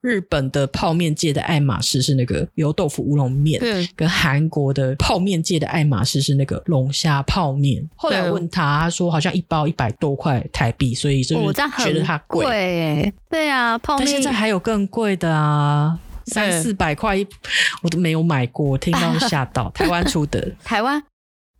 Speaker 1: 日本的泡面界的爱马仕是那个油豆腐乌龙面，
Speaker 2: 对，
Speaker 1: 跟韩国的泡面界的爱马仕是那个龙虾泡面。后来我问他，他说好像一包一百多块台币，所以就
Speaker 2: 我
Speaker 1: 是
Speaker 2: 哦这样
Speaker 1: 觉得
Speaker 2: 很
Speaker 1: 它
Speaker 2: 贵
Speaker 1: 贵。
Speaker 2: 哎，对啊，泡
Speaker 1: 但
Speaker 2: 面
Speaker 1: 现在还有更贵的啊，三
Speaker 2: 对
Speaker 1: 四百块一，我都没有买过，我听到就吓 到。台湾出的，
Speaker 2: 台湾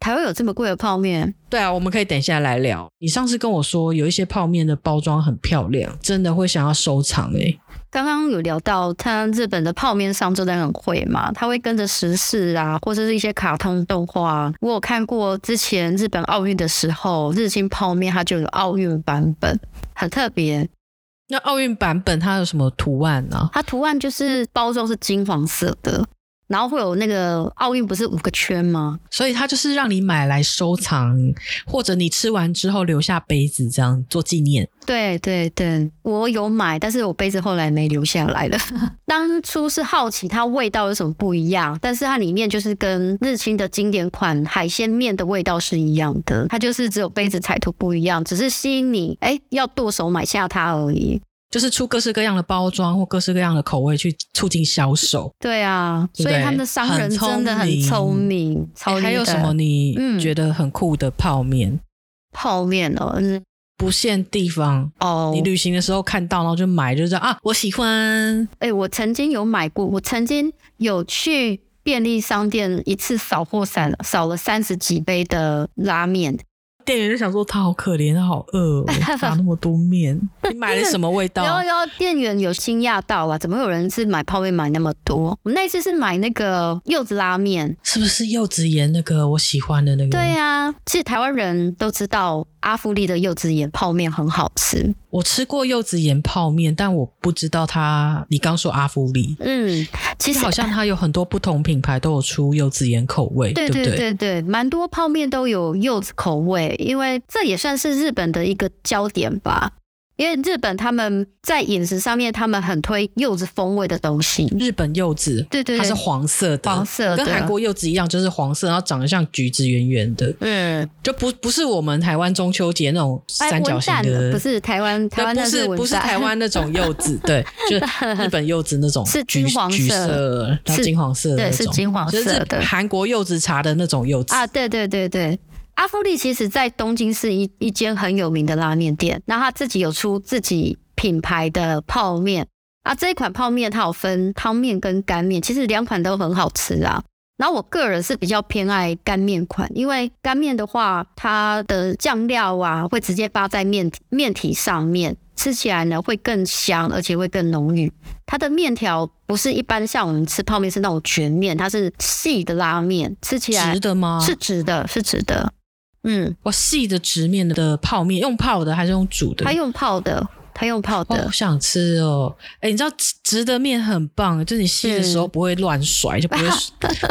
Speaker 2: 台湾有这么贵的泡面，
Speaker 1: 对啊，我们可以等一下来聊。你上次跟我说有一些泡面的包装很漂亮，真的会想要收藏欸诶、
Speaker 2: 刚刚有聊到，它日本的泡面商真的很会嘛，它会跟着时事啊，或者是一些卡通动画啊。我有看过之前日本奥运的时候，日清泡面它就有奥运版本，很特别。
Speaker 1: 那奥运版本它有什么图案啊呢、
Speaker 2: 它图案就是包装是金黄色的，然后会有那个奥运不是五个圈吗？
Speaker 1: 所以它就是让你买来收藏，或者你吃完之后留下杯子，这样做纪念。
Speaker 2: 对对对，我有买，但是我杯子后来没留下来了。 当初是好奇它味道有什么不一样，但是它里面就是跟日清的经典款海鲜面的味道是一样的，它就是只有杯子彩图不一样，只是吸引你哎要剁手买下它而已。
Speaker 1: 就是出各式各样的包装或各式各样的口味去促进销售。
Speaker 2: 对啊，
Speaker 1: 对不
Speaker 2: 所
Speaker 1: 对
Speaker 2: 以他们的商人
Speaker 1: 很聪
Speaker 2: 真的很聪明，超
Speaker 1: 诶
Speaker 2: 厉害。
Speaker 1: 还有什么你
Speaker 2: 嗯
Speaker 1: 觉得很酷的泡面？
Speaker 2: 泡面哦？嗯
Speaker 1: 不限地方，
Speaker 2: 哦
Speaker 1: 你，旅行的时候看到，然后就买，就是啊，我喜欢。
Speaker 2: 哎、我曾经有买过，我曾经有去便利商店一次扫货散扫了三十几杯的拉面，
Speaker 1: 店员就想说他好可怜，他好饿、哦，打那么多面，你买了什么味
Speaker 2: 然
Speaker 1: 道
Speaker 2: 后？然后店员有惊讶到啊，怎么会有人是买泡面买那么多？我那次是买那个柚子拉面，
Speaker 1: 是不是柚子盐那个我喜欢的那个？
Speaker 2: 对呀、啊，其实台湾人都知道阿芙丽的柚子盐泡面很好吃，
Speaker 1: 我吃过柚子盐泡面，但我不知道它。你刚说阿芙丽，
Speaker 2: 嗯，
Speaker 1: 其
Speaker 2: 其实
Speaker 1: 实好像它有很多不同品牌都有出柚子盐口味，
Speaker 2: 对
Speaker 1: 不
Speaker 2: 对对对，蛮多泡面都有柚子口味，因为这也算是日本的一个焦点吧。因为日本他们在饮食上面，他们很推柚子风味的东西。
Speaker 1: 日本柚子，
Speaker 2: 对对对
Speaker 1: 它是黄色的，
Speaker 2: 黄色的
Speaker 1: 跟韩国柚子一样，就是黄色，然后长得像橘子圆圆的，
Speaker 2: 嗯，
Speaker 1: 就不不是我们台湾中秋节那种
Speaker 2: 哎，
Speaker 1: 三角
Speaker 2: 文
Speaker 1: 形
Speaker 2: 旦
Speaker 1: 的，
Speaker 2: 不是台湾，台湾
Speaker 1: 对
Speaker 2: 那
Speaker 1: 不是
Speaker 2: 文
Speaker 1: 不是
Speaker 2: 旦
Speaker 1: 台，湾那种柚子， 对，就是日本柚子那种
Speaker 2: 是
Speaker 1: 橘
Speaker 2: 金黄色
Speaker 1: 橘色，然后
Speaker 2: 是
Speaker 1: 金黄色的那
Speaker 2: 对，
Speaker 1: 种，
Speaker 2: 是金黄
Speaker 1: 就是
Speaker 2: 色
Speaker 1: 日
Speaker 2: 的
Speaker 1: 韩国柚子茶的那种柚子
Speaker 2: 啊，对对对对。阿芙丽其实在东京是一一间很有名的拉面店，那他自己有出自己品牌的泡面啊，这一款泡面它有分汤面跟干面，其实两款都很好吃啊。然后我个人是比较偏爱干面款，因为干面的话，它的酱料啊会直接扒在面体面体上面，吃起来呢会更香，而且会更浓郁。它的面条不是一般像我们吃泡面是那种卷面，它是细的拉面，吃起来
Speaker 1: 直的吗？
Speaker 2: 啊是直的，是直的。嗯，
Speaker 1: 哇，细的直面的泡面，用泡的还是用煮的？
Speaker 2: 它用泡的，它用泡
Speaker 1: 哦，
Speaker 2: 的
Speaker 1: 好，想吃哦！哎，你知道直直的面很棒，就是你吸的时候不会乱甩，就不会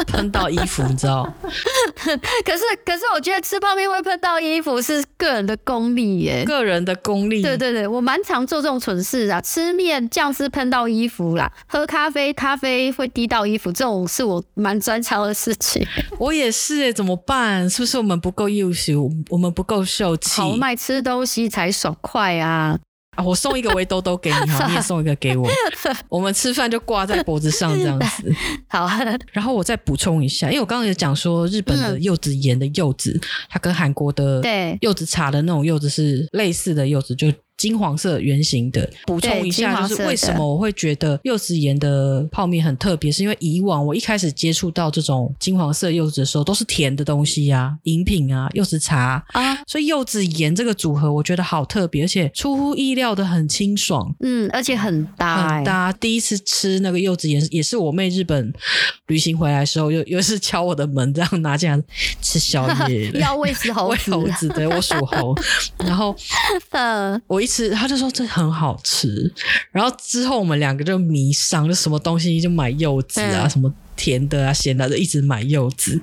Speaker 1: 喷到衣服，你知道？
Speaker 2: 哎可是可是我觉得吃泡面会喷到衣服是个人的功力耶。
Speaker 1: 个人的功力，
Speaker 2: 对对对，我蛮常做这种蠢事啊，吃面酱汁喷到衣服啦，喝咖啡咖啡会滴到衣服，这种是我蛮专长的事情。
Speaker 1: 我也是哎，怎么办？是不是我们不够优秀，我们不够秀气？
Speaker 2: 豪迈吃东西才爽快啊！
Speaker 1: 啊，我送一个围兜兜给你哈，你也送一个给我，我们吃饭就挂在脖子上这样子。
Speaker 2: 好，
Speaker 1: 然后我再补充一下，因为我刚刚也讲说，日本的柚子盐的柚子，它跟韩国的
Speaker 2: 对
Speaker 1: 柚子茶的那种柚子是类似的柚子，就金黄色圆形的。补充一
Speaker 2: 金
Speaker 1: 下，
Speaker 2: 黄
Speaker 1: 就
Speaker 2: 色
Speaker 1: 是
Speaker 2: 的
Speaker 1: 为什么我会觉得柚子盐的泡面很特别，是因为以往我一开始接触到这种金黄色柚子的时候，都是甜的东西啊，饮品啊，柚子茶啊、
Speaker 2: 啊，
Speaker 1: 所以柚子盐这个组合，我觉得好特别，而且出乎意料的很清爽。
Speaker 2: 嗯，而且很搭、欸，。
Speaker 1: 很搭。第一次吃那个柚子盐，也是我妹日本旅行回来的时候，又又是敲我的门，这样拿进来吃宵夜
Speaker 2: 要喂食猴
Speaker 1: 喂
Speaker 2: 子，
Speaker 1: 猴子，对我属 猴，然后
Speaker 2: 嗯，
Speaker 1: 我一吃，他就说这很好吃。然后之后我们两个就迷上，就什么东西就买柚子啊，
Speaker 2: 嗯
Speaker 1: 什么甜的啊、咸的、啊，就一直买柚子。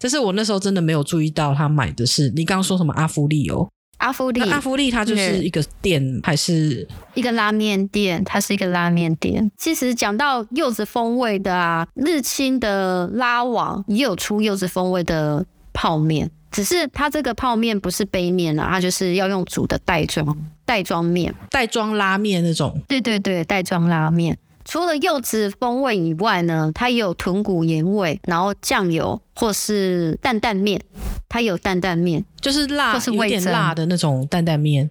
Speaker 1: 但是我那时候真的没有注意到，他买的是你刚刚说什么阿芙利哦，
Speaker 2: 阿芙丽
Speaker 1: 那阿芙利它就是
Speaker 2: 嗯
Speaker 1: 一个店，还是
Speaker 2: 一个拉面店，它是一个拉面店。其实讲到柚子风味的啊，日清的拉网也有出柚子风味的泡面，只是它这个泡面不是杯面啊，它就是要用煮的袋装袋装面。
Speaker 1: 袋装拉面那种？
Speaker 2: 对对对，袋装拉面。除了柚子风味以外呢，它也有豚骨盐味，然后酱油或是担担面，它有担担面。
Speaker 1: 就是辣
Speaker 2: 或，是
Speaker 1: 有
Speaker 2: 味
Speaker 1: 点
Speaker 2: 噌
Speaker 1: 辣的那种担担面。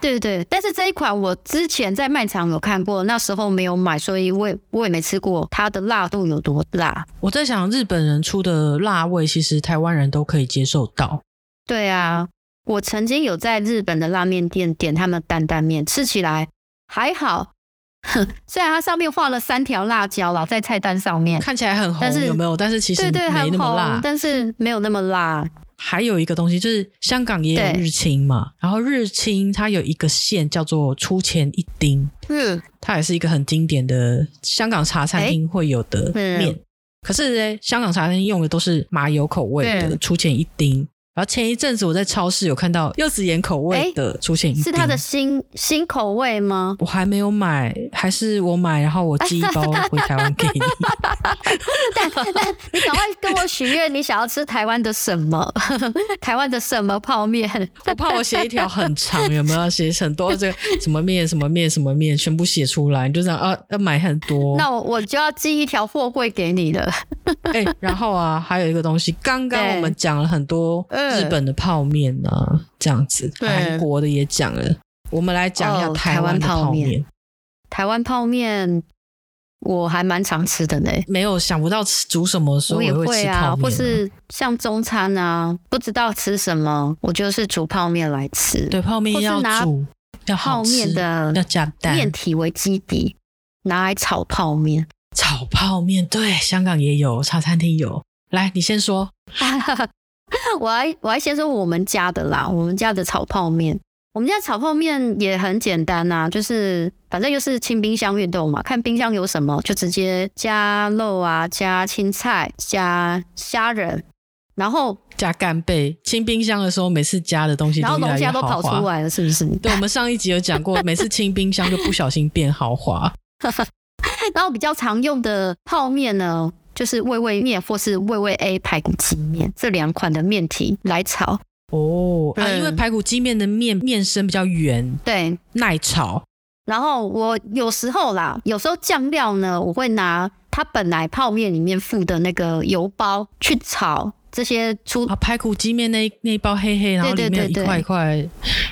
Speaker 2: 对对对，但是这一款我之前在卖场有看过，那时候没有买，所以我也我也没吃过它的辣度有多辣。
Speaker 1: 我在想，日本人出的辣味，其实台湾人都可以接受到。
Speaker 2: 对啊，我曾经有在日本的拉面店点他们担担面，吃起来还好， 虽然它上面画了三条辣椒啦，在菜单上面，
Speaker 1: 看起来很红
Speaker 2: 但，是
Speaker 1: 有没有？但是其实
Speaker 2: 对对，
Speaker 1: 没
Speaker 2: 很
Speaker 1: 那么
Speaker 2: 红
Speaker 1: 辣，。
Speaker 2: 但是没有那么辣。
Speaker 1: 还有一个东西就是香港也有
Speaker 2: 对
Speaker 1: 日清嘛，然后日清它有一个线叫做出前一丁，
Speaker 2: 嗯，
Speaker 1: 它也是一个很经典的香港茶餐厅会有的
Speaker 2: 嗯
Speaker 1: 面。可是呢，香港茶餐厅用的都是麻油口味的
Speaker 2: 对
Speaker 1: 出前一丁。然后前一阵子我在超市有看到柚子盐口味的出前一丁，
Speaker 2: 哎是它的新新口味吗？
Speaker 1: 我还没有买，还是我买，然后我寄一包回台湾给你。
Speaker 2: 但但你赶快跟我许愿，你想要吃台湾的什么？ 台湾的什么泡面？
Speaker 1: 我怕我写一条很 长，有没有写很多这个什么面什么面什么面，全部写出来，你就这样啊，要买很多。
Speaker 2: 那我我就要寄一条货柜给你了。
Speaker 1: 哎、然后啊，还有一个东西，刚刚
Speaker 2: 对
Speaker 1: 我们讲了很多
Speaker 2: 嗯
Speaker 1: 日本的泡面啊，这样子，
Speaker 2: 对
Speaker 1: 韩国的也讲了。我们来讲一下
Speaker 2: 哦
Speaker 1: 台湾的
Speaker 2: 台湾泡
Speaker 1: 泡面，
Speaker 2: 台湾泡面我还蛮常吃的呢，
Speaker 1: 没有想不到吃煮什么，所以
Speaker 2: 也
Speaker 1: 我也会
Speaker 2: 会
Speaker 1: 吃
Speaker 2: 啊，
Speaker 1: 泡面、
Speaker 2: 或是像中餐啊，不知道吃什么，我就是煮泡面来吃。
Speaker 1: 对泡面
Speaker 2: 或是
Speaker 1: 要
Speaker 2: 拿
Speaker 1: 煮，要好
Speaker 2: 泡面
Speaker 1: 吃
Speaker 2: 的
Speaker 1: 要加蛋，
Speaker 2: 面体为基底，拿来炒泡面。
Speaker 1: 炒泡面，对，香港也有，茶餐厅有。来，你先说，
Speaker 2: 我还我还先说我们家的啦，我们家的炒泡面，我们家炒泡面也很简单呐、就是反正就是清冰箱运动嘛，看冰箱有什么就直接加肉啊，加青菜，加虾仁，然后
Speaker 1: 加干贝。清冰箱的时候，每次加的东西
Speaker 2: 然后
Speaker 1: 都越
Speaker 2: 龙
Speaker 1: 来越
Speaker 2: 虾都
Speaker 1: 豪
Speaker 2: 跑
Speaker 1: 华
Speaker 2: 出。来了，是不是？
Speaker 1: 对，我们上一集有讲 过，每次清冰箱就不小心变豪华。
Speaker 2: 然后比较常用的泡面呢，就是味味面或是味味 A 排骨鸡面这两款的面体来炒，
Speaker 1: 哦，啊，因为
Speaker 2: 嗯
Speaker 1: 排骨鸡面的面面身比较圆，
Speaker 2: 对，
Speaker 1: 耐炒。
Speaker 2: 然后我有时候啦，有时候酱料呢，我会拿它本来泡面里面附的那个油包去炒这些出，
Speaker 1: 啊，排骨鸡面那一那一包黑黑，然后
Speaker 2: 对
Speaker 1: 里面有
Speaker 2: 对
Speaker 1: 一
Speaker 2: 对
Speaker 1: 块一块，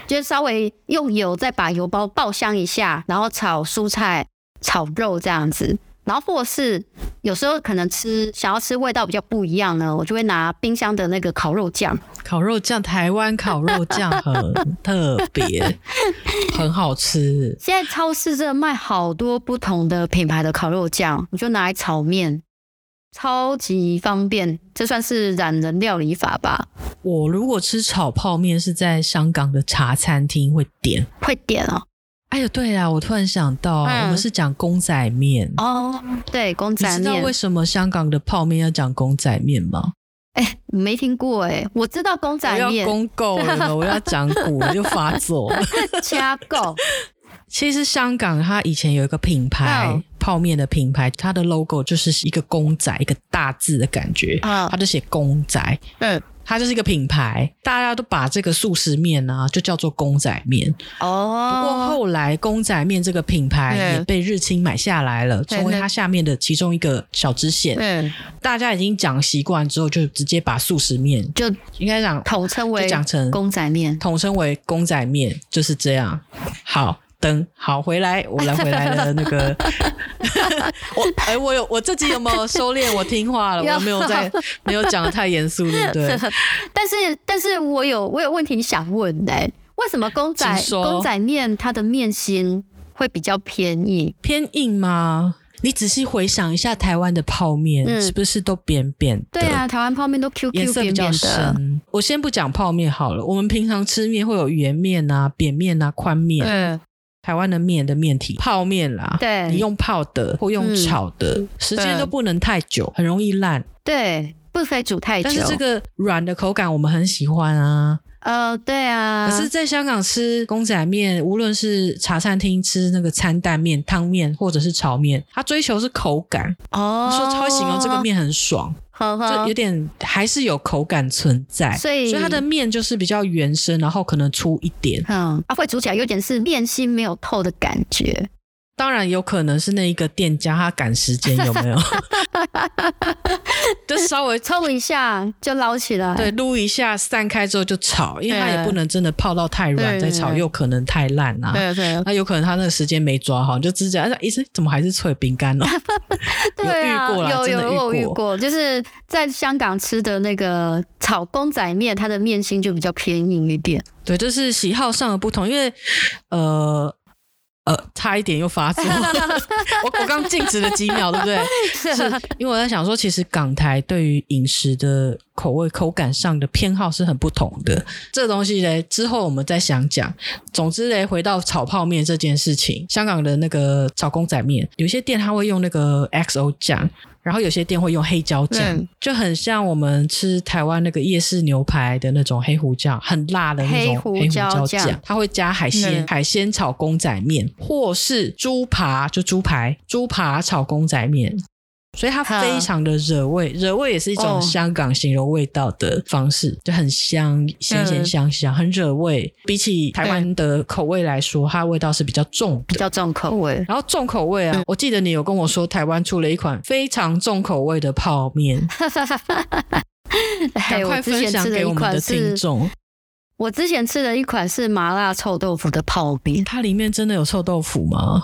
Speaker 2: 就是稍微用油再把油包爆香一下，然后炒蔬菜、炒肉这样子。然后或是有时候可能吃想要吃味道比较不一样呢，我就会拿冰箱的那个烤肉酱，
Speaker 1: 烤肉酱，台湾烤肉酱很特 别，很好吃。
Speaker 2: 现在超市真的卖好多不同的品牌的烤肉酱，我就拿来炒面，超级方便。这算是懒人料理法吧？
Speaker 1: 我如果吃炒泡面是在香港的茶餐厅会点。
Speaker 2: 会点哦。
Speaker 1: 哎呦，对啊，我突然想到，
Speaker 2: 嗯
Speaker 1: 我们是讲公仔面。
Speaker 2: 哦，对，公
Speaker 1: 你
Speaker 2: 仔
Speaker 1: 知道
Speaker 2: 面
Speaker 1: 为，什么香港的泡面要讲公仔面吗？
Speaker 2: 哎，没听过哎，我知道公
Speaker 1: 我
Speaker 2: 仔
Speaker 1: 要
Speaker 2: 面、
Speaker 1: 公购 了，我要讲古了，又发作了。
Speaker 2: 掐购，
Speaker 1: 其实香港它以前有一个品牌、
Speaker 2: 嗯
Speaker 1: 泡面的品牌，它的 logo 就是一个公仔，一个大字的感觉，
Speaker 2: 嗯
Speaker 1: 它就写公仔，
Speaker 2: 嗯，
Speaker 1: 它就是一个品牌，大家都把这个素食面啊就叫做公仔面。不过
Speaker 2: 哦，
Speaker 1: 后来公仔面这个品牌
Speaker 2: 嗯
Speaker 1: 也被日清买下来了，
Speaker 2: 对
Speaker 1: 成为
Speaker 2: 那
Speaker 1: 它下面的其中一个小支线。
Speaker 2: 嗯，
Speaker 1: 大家已经讲习惯之后，就直接把素食面
Speaker 2: 就
Speaker 1: 应该讲
Speaker 2: 统称
Speaker 1: 就
Speaker 2: 为
Speaker 1: 讲成
Speaker 2: 公仔面。
Speaker 1: 统称为公仔面，就是这样。好，等好回来，我来回来了。那 个，我哎、我有我自己有没有收敛？我听话 了，
Speaker 2: 有
Speaker 1: 我没有在没有讲的太严肃，对不对？
Speaker 2: 但 是，但是我有我有问题想问嘞、为什么公仔
Speaker 1: 请说
Speaker 2: 公仔面它的面心会比较偏硬？
Speaker 1: 偏硬吗？你仔细回想一下，台湾的泡面、
Speaker 2: 嗯
Speaker 1: 是不是都扁扁的？
Speaker 2: 对啊，台湾泡面都 Q
Speaker 1: 颜
Speaker 2: Q
Speaker 1: 色比
Speaker 2: 扁
Speaker 1: 较
Speaker 2: 扁的，
Speaker 1: 深。我先不讲泡面好了，我们平常吃面会有圆面啊、扁面啊、宽面。
Speaker 2: 嗯，
Speaker 1: 台湾的面的面体泡面啦，
Speaker 2: 对
Speaker 1: 你用泡的或用
Speaker 2: 嗯
Speaker 1: 炒的，时间
Speaker 2: 嗯
Speaker 1: 都不能太久，很容易烂。
Speaker 2: 对，不可以煮太久。
Speaker 1: 但是这个软的口感我们很喜欢啊。
Speaker 2: 呃，对啊，
Speaker 1: 可是在香港吃公仔面，无论是茶餐厅吃那个餐蛋面、汤面或者是炒面，它追求是口感。
Speaker 2: 哦，
Speaker 1: 说他会形容这个，面很爽，
Speaker 2: 呵
Speaker 1: 就
Speaker 2: 呵
Speaker 1: 有，点还是有口感存在。
Speaker 2: 哦所以
Speaker 1: 所以它的面就是比较原生，然后可能粗一点。
Speaker 2: 嗯，啊，会煮起来有点是面心没有透的感觉。
Speaker 1: 当然有可能是那一个店家他赶时间，有没有？ 就稍微
Speaker 2: 抽一下就捞起来，
Speaker 1: 对，撸一下，散开之后就炒，因为它也
Speaker 2: 嗯
Speaker 1: 不能真的泡到太软
Speaker 2: 对
Speaker 1: 再炒，
Speaker 2: 对
Speaker 1: 又可能太烂啊。
Speaker 2: 对对
Speaker 1: 那有可能他那个时间没抓好，你就指甲，哎，咦这怎么还是脆饼干哦 呢？
Speaker 2: 对啊，
Speaker 1: 有遇过啦
Speaker 2: 有
Speaker 1: 真的
Speaker 2: 有我
Speaker 1: 遇
Speaker 2: 遇
Speaker 1: 过
Speaker 2: 过，就是在香港吃的那个炒公仔面，它的面心就比较偏硬一点。
Speaker 1: 对，就是喜好上的不同，因为呃呃，差一点又发 作，我我刚静止了几秒，对不对？是因为我在想说，其实港台对于饮食的口味、口感上的偏好是很不同的。这东西嘞，之后我们再想讲。总之嘞，回到炒泡面这件事情，香港的那个炒公仔面，有些店它会用那个 XO 酱。然后有些店会用黑椒酱，
Speaker 2: 嗯
Speaker 1: 就很像我们吃台湾那个夜市牛排的那种黑胡椒，很辣的那种
Speaker 2: 黑
Speaker 1: 黑
Speaker 2: 胡
Speaker 1: 胡
Speaker 2: 椒
Speaker 1: 椒
Speaker 2: 酱
Speaker 1: 酱。它会加海鲜，
Speaker 2: 嗯
Speaker 1: 海鲜炒公仔面，或是猪扒，就猪排，猪扒炒公仔面。所以它
Speaker 2: 哈
Speaker 1: 非常的惹味，惹味也是一
Speaker 2: 哦
Speaker 1: 种香港形容味道的方式，就很香，咸咸
Speaker 2: 嗯
Speaker 1: 香香，很惹味。比起台湾的口味来说，它味道是比较重
Speaker 2: 比
Speaker 1: 的。
Speaker 2: 较重口味。
Speaker 1: 然后重口味
Speaker 2: 嗯
Speaker 1: 啊，我记得你有跟我说，台湾出了一款非常重口味的泡面，赶
Speaker 2: 哎，我
Speaker 1: 快
Speaker 2: 之
Speaker 1: 分
Speaker 2: 前
Speaker 1: 享
Speaker 2: 吃的
Speaker 1: 给我
Speaker 2: 一
Speaker 1: 们
Speaker 2: 款
Speaker 1: 的
Speaker 2: 是
Speaker 1: 听，众。
Speaker 2: 我之前吃的一款是麻辣臭豆腐的泡面，
Speaker 1: 它里面真的有臭豆腐吗？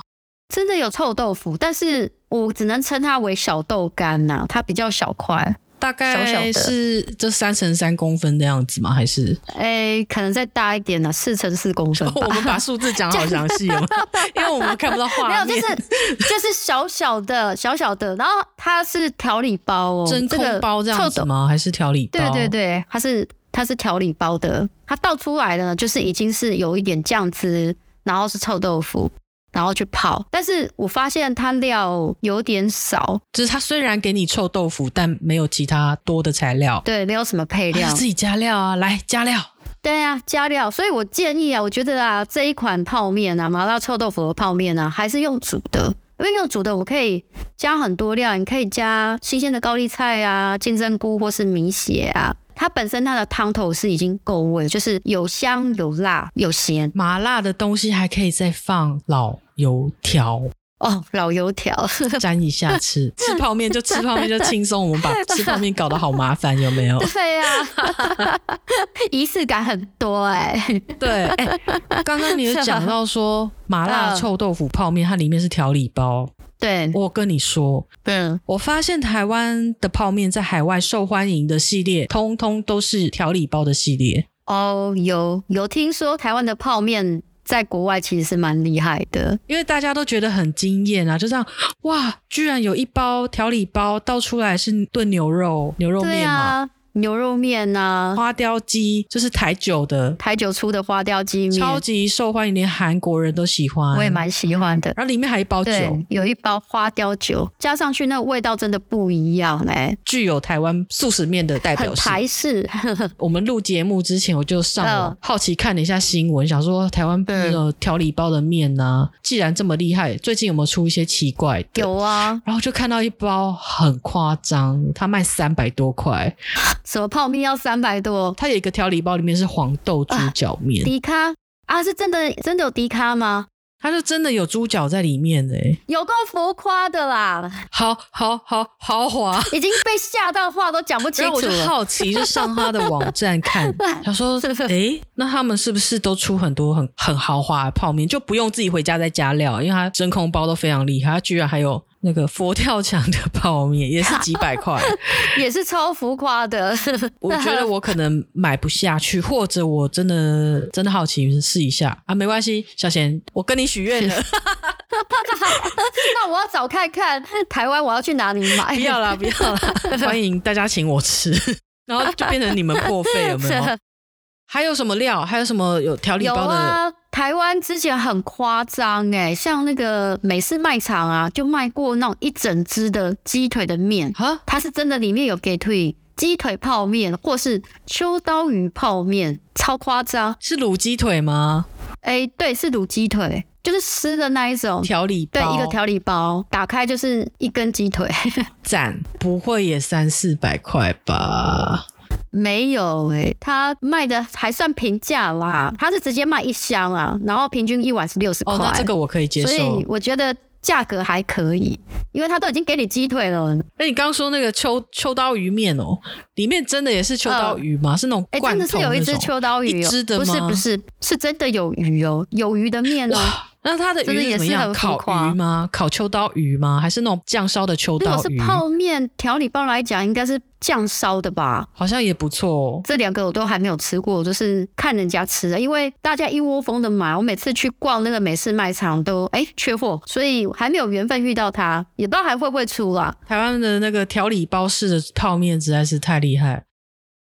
Speaker 2: 真的有臭豆腐，但是我只能称它为小豆干呐、它比较小块。
Speaker 1: 大
Speaker 2: 小小
Speaker 1: 概
Speaker 2: 的
Speaker 1: 是这三乘三公分的样子吗？还是
Speaker 2: 哎，可能再大一点呢、四乘四公分吧
Speaker 1: 我。们把数字讲好详细 哦，因为我们看不到
Speaker 2: 没有，
Speaker 1: 画面。
Speaker 2: 就是 就是小小的小小的，然后它是调理包哦，
Speaker 1: 真
Speaker 2: 这个
Speaker 1: 空包这样
Speaker 2: 臭
Speaker 1: 子
Speaker 2: 豆
Speaker 1: 吗？还是调理包？
Speaker 2: 对对对，它是它是调理包的，它倒出来的呢，就是已经是有一点酱汁，然后是臭豆腐，然后去泡。但是我发现它料有点少，
Speaker 1: 就是它虽然给你臭豆腐，但没有其他多的材料，
Speaker 2: 对，没有什么配
Speaker 1: 它
Speaker 2: 料
Speaker 1: 就。自己加料啊，来加料。
Speaker 2: 对啊，加料。所以我建议啊，我觉得啊，这一款泡面啊，麻辣臭豆腐的泡面啊，还是用煮的。因为用煮的，我可以加很多料，你可以加新鲜的高丽菜啊、金针菇或是米血啊。它本身它的汤头是已经够味，就是有香有辣有咸，
Speaker 1: 麻辣的东西还可以再放老油 条，
Speaker 2: 哦，老油条，
Speaker 1: 沾一下 吃。吃泡面就吃泡面就轻松，我们把吃泡面搞得好麻烦，有没有？
Speaker 2: 对呀、 仪式感很多哎、
Speaker 1: 对，哎，刚刚你有讲到说麻辣
Speaker 2: 嗯
Speaker 1: 臭豆腐泡面，它里面是调理包，
Speaker 2: 对，
Speaker 1: 我跟你说，
Speaker 2: 嗯，
Speaker 1: 我发现台湾的泡面在海外受欢迎的系列，通通都是调理包的系列。
Speaker 2: 哦，有有听说台湾的泡面在国外其实是蛮厉害的，
Speaker 1: 因为大家都觉得很惊艳啊，就这样，哇，居然有一包调理包倒出来是炖牛肉，牛肉
Speaker 2: 对
Speaker 1: 面嘛，
Speaker 2: 啊，牛肉面呐、
Speaker 1: 花雕鸡就是台酒的，
Speaker 2: 台酒出的花雕鸡面，
Speaker 1: 超级受欢迎，连韩国人都喜欢。
Speaker 2: 嗯我也蛮喜欢的。
Speaker 1: 然后里面还有一包酒
Speaker 2: 对，，有一包花雕酒，加上去那味道真的不一样嘞、
Speaker 1: 具有台湾素食面的代
Speaker 2: 很
Speaker 1: 表性。
Speaker 2: 台式。
Speaker 1: 我们录节目之前，我就上网、
Speaker 2: 嗯
Speaker 1: 好奇看了一下新闻，想说台湾那个调理包的面呢、既然这么厉害，最近有没有出一些奇怪的？
Speaker 2: 有啊，
Speaker 1: 然后就看到一包很夸张，它卖三百多块，
Speaker 2: 什么泡面要三百多，
Speaker 1: 它有一个调理包，里面是黄豆猪脚面，
Speaker 2: 迪咖啊，是真的真的有迪咖吗？
Speaker 1: 它就真的有猪脚在里面诶、
Speaker 2: 有够浮夸的啦，
Speaker 1: 好好好豪 华。
Speaker 2: 已经被吓到话都讲不清
Speaker 1: 然后我
Speaker 2: 楚
Speaker 1: 就
Speaker 2: 了。
Speaker 1: 好奇，就上他的网站看，想说，诶，那他们是不是都出很多很很豪华的泡面，就不用自己回家再加料？因为他真空包都非常厉害，他居然还有那个佛跳墙的泡面， 也是几百块。
Speaker 2: 也是超浮夸的，
Speaker 1: 我觉得我可能买不下去，或者我真的真的好奇试一下啊，没关系，小贤，我跟你许愿了，
Speaker 2: 那我要找看看台湾我要去哪里买？
Speaker 1: 不要啦，不要 啦，欢迎大家请我吃，然后就变成你们破费 有没有？还有什么料？还有什么有调理
Speaker 2: 啊有
Speaker 1: 包的？
Speaker 2: 啊，台湾之前很夸张哎，像那个美式卖场啊，就卖过那种一整只的鸡腿的面，
Speaker 1: 啊，
Speaker 2: 它是真的里面有给退鸡腿泡面或是秋刀鱼泡面，超夸张。
Speaker 1: 是卤鸡腿吗？
Speaker 2: 哎、对，是卤鸡腿，就是湿的那一种。
Speaker 1: 调理
Speaker 2: 哦对，
Speaker 1: 包
Speaker 2: 一个调理包，打开就是一根鸡腿，
Speaker 1: 赞，不会也三四百块吧？
Speaker 2: 没有诶、它卖的还算平价啦，它是直接卖一箱啊，然后平均一碗是六十块。
Speaker 1: 哦，那这个我可以接
Speaker 2: 所
Speaker 1: 受
Speaker 2: 以。我觉得价格还可以，因为他都已经给你鸡腿了。
Speaker 1: 那哎你刚刚说那个秋秋刀鱼面哦，里面真的也是秋刀鱼吗？是那种
Speaker 2: 哎、
Speaker 1: 罐
Speaker 2: 真
Speaker 1: 头
Speaker 2: 的是有一只
Speaker 1: 那种
Speaker 2: 秋刀鱼、
Speaker 1: 一
Speaker 2: 哦，
Speaker 1: 只的
Speaker 2: 不是
Speaker 1: 吗
Speaker 2: 不是，是真的有鱼哦，有鱼的面哦。
Speaker 1: 哇，那它的
Speaker 2: 真的
Speaker 1: 鱼
Speaker 2: 也
Speaker 1: 怎么
Speaker 2: 是
Speaker 1: 样？
Speaker 2: 很浮
Speaker 1: 烤
Speaker 2: 夸
Speaker 1: 鱼吗？烤秋刀鱼吗？还是那种酱烧的秋
Speaker 2: 如果
Speaker 1: 刀
Speaker 2: 是
Speaker 1: 鱼？
Speaker 2: 泡面调理包来讲，应该是酱烧的吧？
Speaker 1: 好像也不错哦。
Speaker 2: 这两个我都还没有吃过，就是看人家吃的，因为大家一窝蜂的买，我每次去逛那个美式卖场都哎、缺货，所以还没有缘分遇到它，也不知道还会不会 出啦。
Speaker 1: 台湾的那个调理包式的泡面实在是太厉害。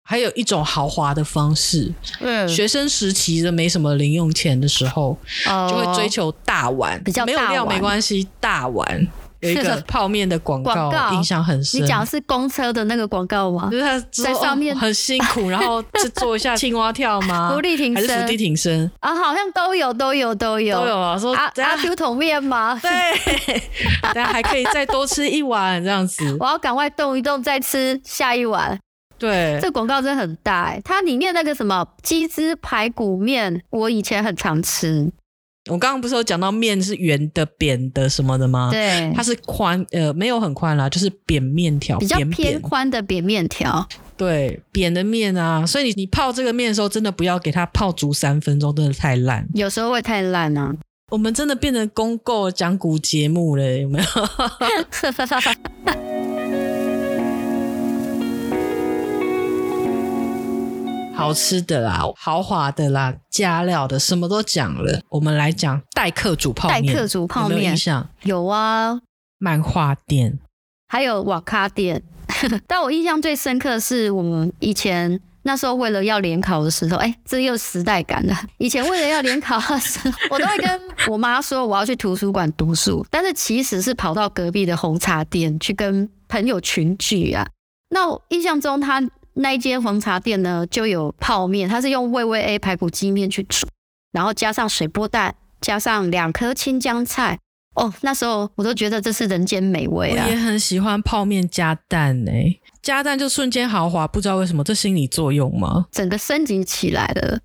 Speaker 1: 还有一种豪华的方式，
Speaker 2: 嗯
Speaker 1: 学生时期的没什么零用钱的时候，
Speaker 2: 哦
Speaker 1: 就会追求大碗，
Speaker 2: 比较
Speaker 1: 没有
Speaker 2: 大
Speaker 1: 料
Speaker 2: 碗
Speaker 1: 没关系，大 碗有一个泡面的广告，
Speaker 2: 广告
Speaker 1: 印象很深。
Speaker 2: 你讲的是公车的那个广告吗
Speaker 1: 就？是他哦
Speaker 2: 在上面
Speaker 1: 很辛 苦，然后是做一下青蛙跳吗？
Speaker 2: 福利挺
Speaker 1: 啊还是
Speaker 2: 深
Speaker 1: 伏地挺身
Speaker 2: 啊，好像都有，都有，都有，
Speaker 1: 都有啊？说
Speaker 2: 啊
Speaker 1: 等下
Speaker 2: 阿 Q 桶 面吗？
Speaker 1: 对，大家还可以再多吃一碗这样子。
Speaker 2: 我要赶快动一动，再吃下一碗。
Speaker 1: 对，
Speaker 2: 这广告真的很大哎、它里面那个什么鸡汁排骨面，我以前很常吃。
Speaker 1: 我刚刚不是有讲到面是圆的、扁的什么的吗？
Speaker 2: 对
Speaker 1: 啊它，是宽，呃，没有很宽啦，就是扁面条，
Speaker 2: 比较
Speaker 1: 扁
Speaker 2: 偏
Speaker 1: 扁
Speaker 2: 宽的扁面条。
Speaker 1: 对，扁的面啊，所以你你泡这个面的时候，真的不要给它泡足三分钟，真的太烂。
Speaker 2: 有时候会太烂啊。
Speaker 1: 我们真的变成公购讲古节目了，有没 有？好吃的啦，豪华的啦，加料的，什么都讲了。我们来讲代客煮泡面，
Speaker 2: 代客煮泡面
Speaker 1: 有没有印象？
Speaker 2: 有啊，
Speaker 1: 漫画店
Speaker 2: 还有瓦卡店。 但我印象最深刻的是我们以前。那时候为了要联考的时候，哎、这又时代感了。以前为了要联考的时候，我都会跟我妈说我要去图书馆读书，但是其实是跑到隔壁的红茶店去跟朋友群聚啊。那我印象中，他那一间红茶店呢，就有泡面，它是用味味 A 排骨鸡面去煮，然后加上水波蛋，加上两颗青江菜。哦，那时候我都觉得这是人间美味
Speaker 1: 我
Speaker 2: 啊！
Speaker 1: 也很喜欢泡面加蛋诶、加蛋就瞬间豪华，不知道为什么，这心理作用吗？
Speaker 2: 整个升级起来了。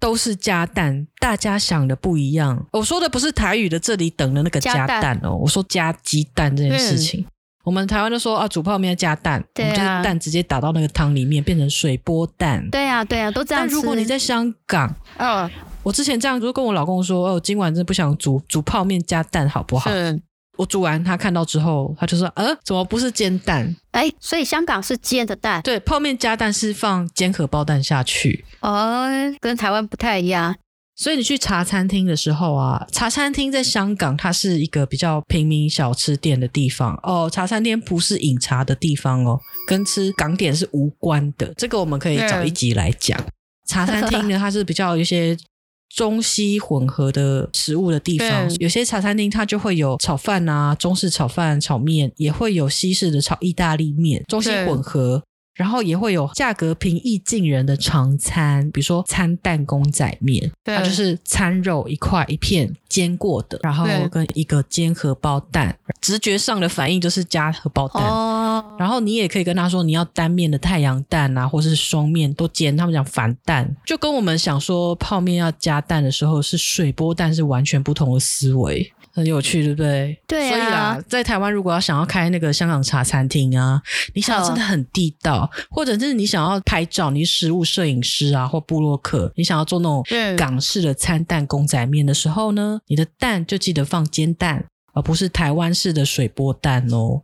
Speaker 1: 都是加蛋，大家想的不一样。我说的不是台语的这里等的那个
Speaker 2: 加
Speaker 1: 加
Speaker 2: 蛋嗯
Speaker 1: 蛋哦，我说加鸡蛋这件事情。我们台湾就说啊，煮泡面要加蛋，
Speaker 2: 对
Speaker 1: 我
Speaker 2: 啊
Speaker 1: 们就是蛋直接打到那个汤里面，变成水波蛋。
Speaker 2: 对啊，对啊，都这样
Speaker 1: 但
Speaker 2: 吃。
Speaker 1: 如果你在香港，
Speaker 2: 嗯，
Speaker 1: 哦我之前这样就跟我老公说，哦，今晚真的不想煮煮泡面加蛋，好不好？
Speaker 2: 是
Speaker 1: 我煮完他看到之后，他就说：“呃，怎么不是煎蛋？
Speaker 2: 哎，所以香港是煎的蛋，
Speaker 1: 对，泡面加蛋是放煎荷包蛋下去。
Speaker 2: 哦，跟台湾不太一样。
Speaker 1: 所以你去茶餐厅的时候啊，茶餐厅在香港它是一个比较平民小吃店的地方哦，茶餐厅不是饮茶的地方哦，跟吃港点是无关的。这个我们可以找一集来 讲。茶餐厅呢，它是比较有一些中西混合的食物的地方
Speaker 2: 对，
Speaker 1: 有些茶餐厅它就会有炒饭啊，中式炒饭、炒面，也会有西式的炒意大利面，中西
Speaker 2: 对
Speaker 1: 混合。然后也会有价格平易近人的常餐，比如说餐蛋公仔面，
Speaker 2: 对
Speaker 1: 它就是餐肉一块一片煎过的，然后
Speaker 2: 对
Speaker 1: 跟一个煎荷包蛋，直觉上的反应就是加荷包蛋。
Speaker 2: 哦，
Speaker 1: 然后你也可以跟他说，你要单面的太阳蛋啊，或是双面都煎。他们讲反蛋，就跟我们想说泡面要加蛋的时候是水波蛋是完全不同的思维，很有趣，对不对？
Speaker 2: 对啊
Speaker 1: 所以啊，在台湾如果要想要开那个香港茶餐厅啊，你想要真的很地道，
Speaker 2: 嗯
Speaker 1: 或者是你想要拍照，你是食物摄影师啊或部落客，你想要做那种
Speaker 2: 嗯
Speaker 1: 港式的餐蛋公仔面的时候呢，你的蛋就记得放煎蛋，而不是台湾式的水波蛋哦。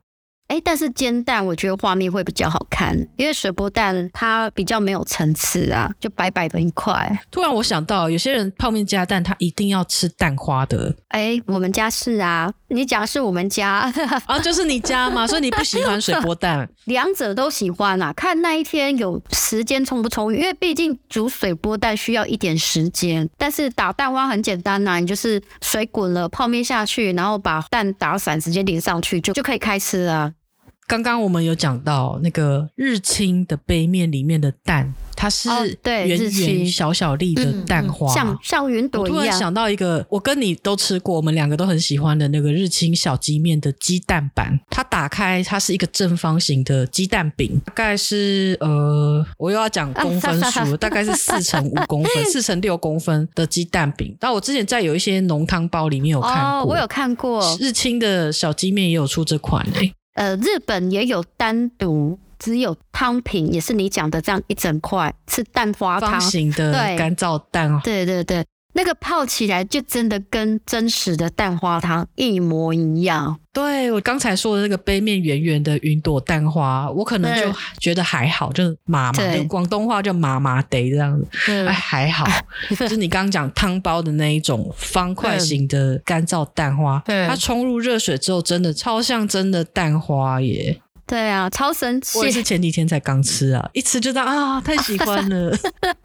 Speaker 2: 哎，但是煎蛋我觉得画面会比较好看，因为水波蛋它比较没有层次啊，就白白的一块。
Speaker 1: 突然我想到，有些人泡面加蛋，他一定要吃蛋花的
Speaker 2: 哎，我们家是啊，你讲的是我们家，
Speaker 1: 啊，就是你家嘛，所以你不喜欢水波蛋，
Speaker 2: 两者都喜欢啊，看那一天有时间充不充裕，因为毕竟煮水波蛋需要一点时间，但是打蛋花很简单呐、啊你就是水滚了，泡面下去，然后把蛋打散，直接淋上去就就可以开吃啊。
Speaker 1: 刚刚我们有讲到那个日清的杯面里面的蛋，它是
Speaker 2: 哦对
Speaker 1: 圆
Speaker 2: 日清嗯
Speaker 1: 圆小小粒的蛋花。
Speaker 2: 像像云朵
Speaker 1: 我
Speaker 2: 一
Speaker 1: 突然
Speaker 2: 样，
Speaker 1: 想到一个，我跟你都吃过，我们两个都很喜欢的那个日清小鸡面的鸡蛋版。它打开，它是一个正方形的鸡蛋饼，大概是呃，我又要讲公分数 了，大概是四乘五公分、四乘六公分的鸡蛋饼。但我之前在有一些浓汤包里面有看
Speaker 2: 哦，
Speaker 1: 过，
Speaker 2: 我有看过，
Speaker 1: 日清的小鸡面也有出这款欸诶、
Speaker 2: 呃，日本也有单独只有汤品，也是你讲的这样一整块，是蛋花汤
Speaker 1: 方。形的
Speaker 2: 对
Speaker 1: 干燥蛋哦
Speaker 2: 对对对，那个泡起来就真的跟真实的蛋花汤一模一样。
Speaker 1: 对我刚才说的那个杯面圆圆的云朵蛋花，我可能就
Speaker 2: 对
Speaker 1: 觉得还好，就是麻麻的，
Speaker 2: 对
Speaker 1: 广东话叫麻麻得这样子，
Speaker 2: 嗯
Speaker 1: 哎，还 好。就是你刚刚讲汤包的那一种方块型的干燥蛋花，
Speaker 2: 嗯
Speaker 1: 它冲入热水之后，真的超像真的蛋花耶！
Speaker 2: 对啊，超神奇
Speaker 1: 我也。是前几天才刚吃啊，一吃就当啊，太喜欢 了，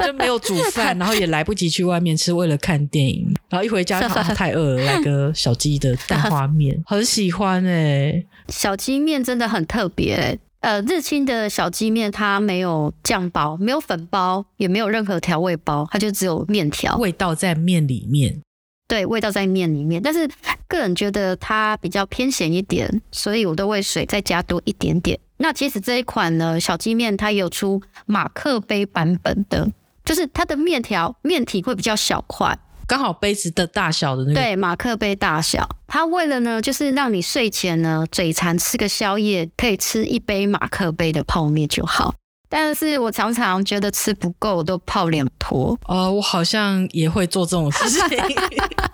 Speaker 1: 就没有煮饭，然后也来不及去外面吃，为了看电影，然后一回家、 啊、太饿了，来个小鸡的蛋花面，很喜欢哎、
Speaker 2: 小鸡面真的很特别、呃，日清的小鸡面它没有酱包，没有粉包，也没有任何调味包，它就只有面条。
Speaker 1: 味道在面里面。
Speaker 2: 对，味道在面里面，但是个人觉得它比较偏咸一点，所以我都会水再加多一点点。那其实这一款呢，小鸡面它也有出马克杯版本的，就是它的面条面体会比较小块，
Speaker 1: 刚好杯子的大小的那个，
Speaker 2: 对，马克杯大小。它为了呢，就是让你睡前呢嘴馋吃个宵夜，可以吃一杯马克杯的泡面就好。但是我常常觉得吃不够，我都泡两坨。
Speaker 1: 哦，我好像也会做这种事 情。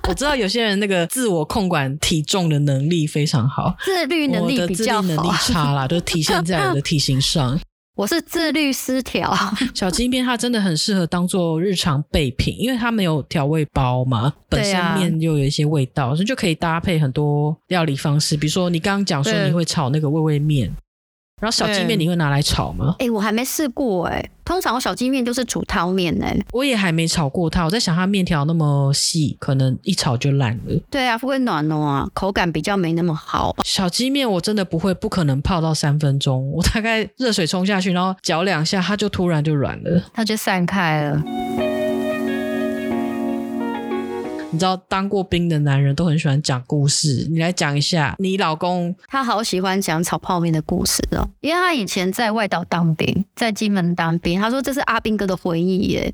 Speaker 1: 我知道有些人那个自我控管体重的能力非常好，
Speaker 2: 自律能
Speaker 1: 我
Speaker 2: 力
Speaker 1: 的
Speaker 2: 比
Speaker 1: 自律
Speaker 2: 较
Speaker 1: 能力
Speaker 2: 好，
Speaker 1: 差啦，就体现在我的体型上。
Speaker 2: 我是自律失调。
Speaker 1: 小金边它真的很适合当做日常备品，因为它没有调味包嘛，本
Speaker 2: 对
Speaker 1: 身
Speaker 2: 啊
Speaker 1: 面又有一些味道，所以就可以搭配很多料理方式。比如说你刚刚讲说
Speaker 2: 对
Speaker 1: 你会炒那个味味面，然后小鸡
Speaker 2: 对
Speaker 1: 面你会拿来炒吗？
Speaker 2: 哎、我还没试过哎、通常我小鸡面就是煮汤面哎、
Speaker 1: 我也还没炒过它，我在想它面条那么细，可能一炒就烂了。
Speaker 2: 对啊，会暖哦啊，口感比较没那么好吧。
Speaker 1: 小鸡面我真的不会，不可能泡到三分钟，我大概热水冲下去，然后搅两下，它就突然就软了。
Speaker 2: 它就散开了。
Speaker 1: 你知道，当过兵的男人都很喜欢讲故事，你来讲一下，你老公
Speaker 2: 他好喜欢讲炒泡面的故事哦，因为他以前在外岛当兵，在金门当兵，他说这是阿兵哥的回忆耶。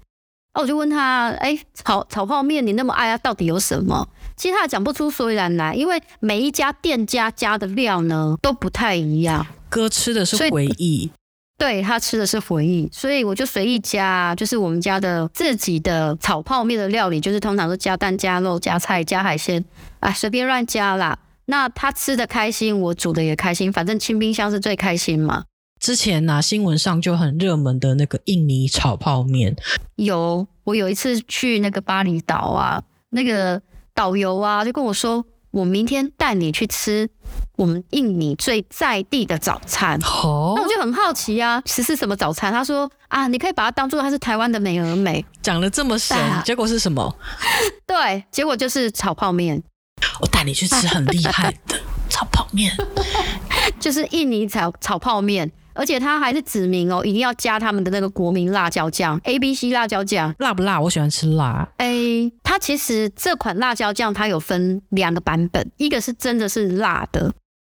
Speaker 2: 啊，我就问他，哎、炒炒泡面你那么爱，它到底有什么？其实他也讲不出所以然来，因为每一家店家加的料呢都不太一样。
Speaker 1: 哥吃的
Speaker 2: 所
Speaker 1: 是
Speaker 2: 以
Speaker 1: 回忆，
Speaker 2: 对他吃的是回忆，所以我就随意加，啊就是我们家的自己的炒泡面的料理，就是通常都加蛋、加肉、加菜、加海鲜，哎，随便乱加啦。那他吃的开心，我煮的也开心，反正清冰箱是最开心嘛。
Speaker 1: 之前呐、新闻上就很热门的那个印尼炒泡面，
Speaker 2: 有我有一次去那个巴厘岛啊，那个导游啊就跟我说，我明天带你去吃我们印尼最在地的早餐。
Speaker 1: 哦
Speaker 2: 那我就很好奇啊，是是什么早餐？他说啊，你可以把它当做它是台湾的美而美。
Speaker 1: 讲的这么神
Speaker 2: 大，
Speaker 1: 结果是什么？
Speaker 2: 对，结果就是炒泡面，
Speaker 1: 我带你去吃很厉害的炒泡面，
Speaker 2: 就是印尼炒炒泡面，而且它还是指明哦，一定要加他们的那个国民辣椒酱 A B C 辣椒酱。
Speaker 1: 辣不辣？我喜欢吃辣。
Speaker 2: 诶，它其实这款辣椒酱它有分两个版本，一个是真的是辣的，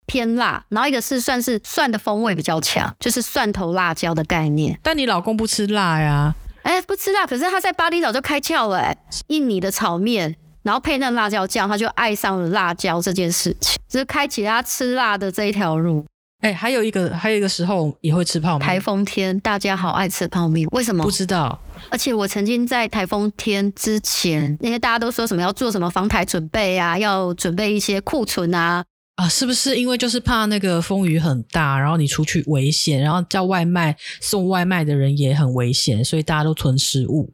Speaker 2: 偏辣，然后一个是算是蒜的风味比较强，就是蒜头辣椒的概念。
Speaker 1: 但你老公不吃辣呀？
Speaker 2: 哎，不吃辣，可是他在巴厘岛就开窍了、哎，印尼的炒面，然后配那辣椒酱，他就爱上了辣椒这件事情，就是开启他吃辣的这一条路。
Speaker 1: 哎、还有一个，还有一个时候也会吃泡
Speaker 2: 台
Speaker 1: 面，
Speaker 2: 风天大家好爱吃泡面，为什
Speaker 1: 嗯
Speaker 2: 么
Speaker 1: 不？知道
Speaker 2: 而且我曾经在台风天之
Speaker 1: 嗯
Speaker 2: 前，那些大家都说什么要做什么防台准备啊，要准备一些库存啊，
Speaker 1: 啊，是不是因为就是怕那个风雨很大，然后你出去危险，然后叫外卖送外卖的人也很危险，所以大家都囤食物。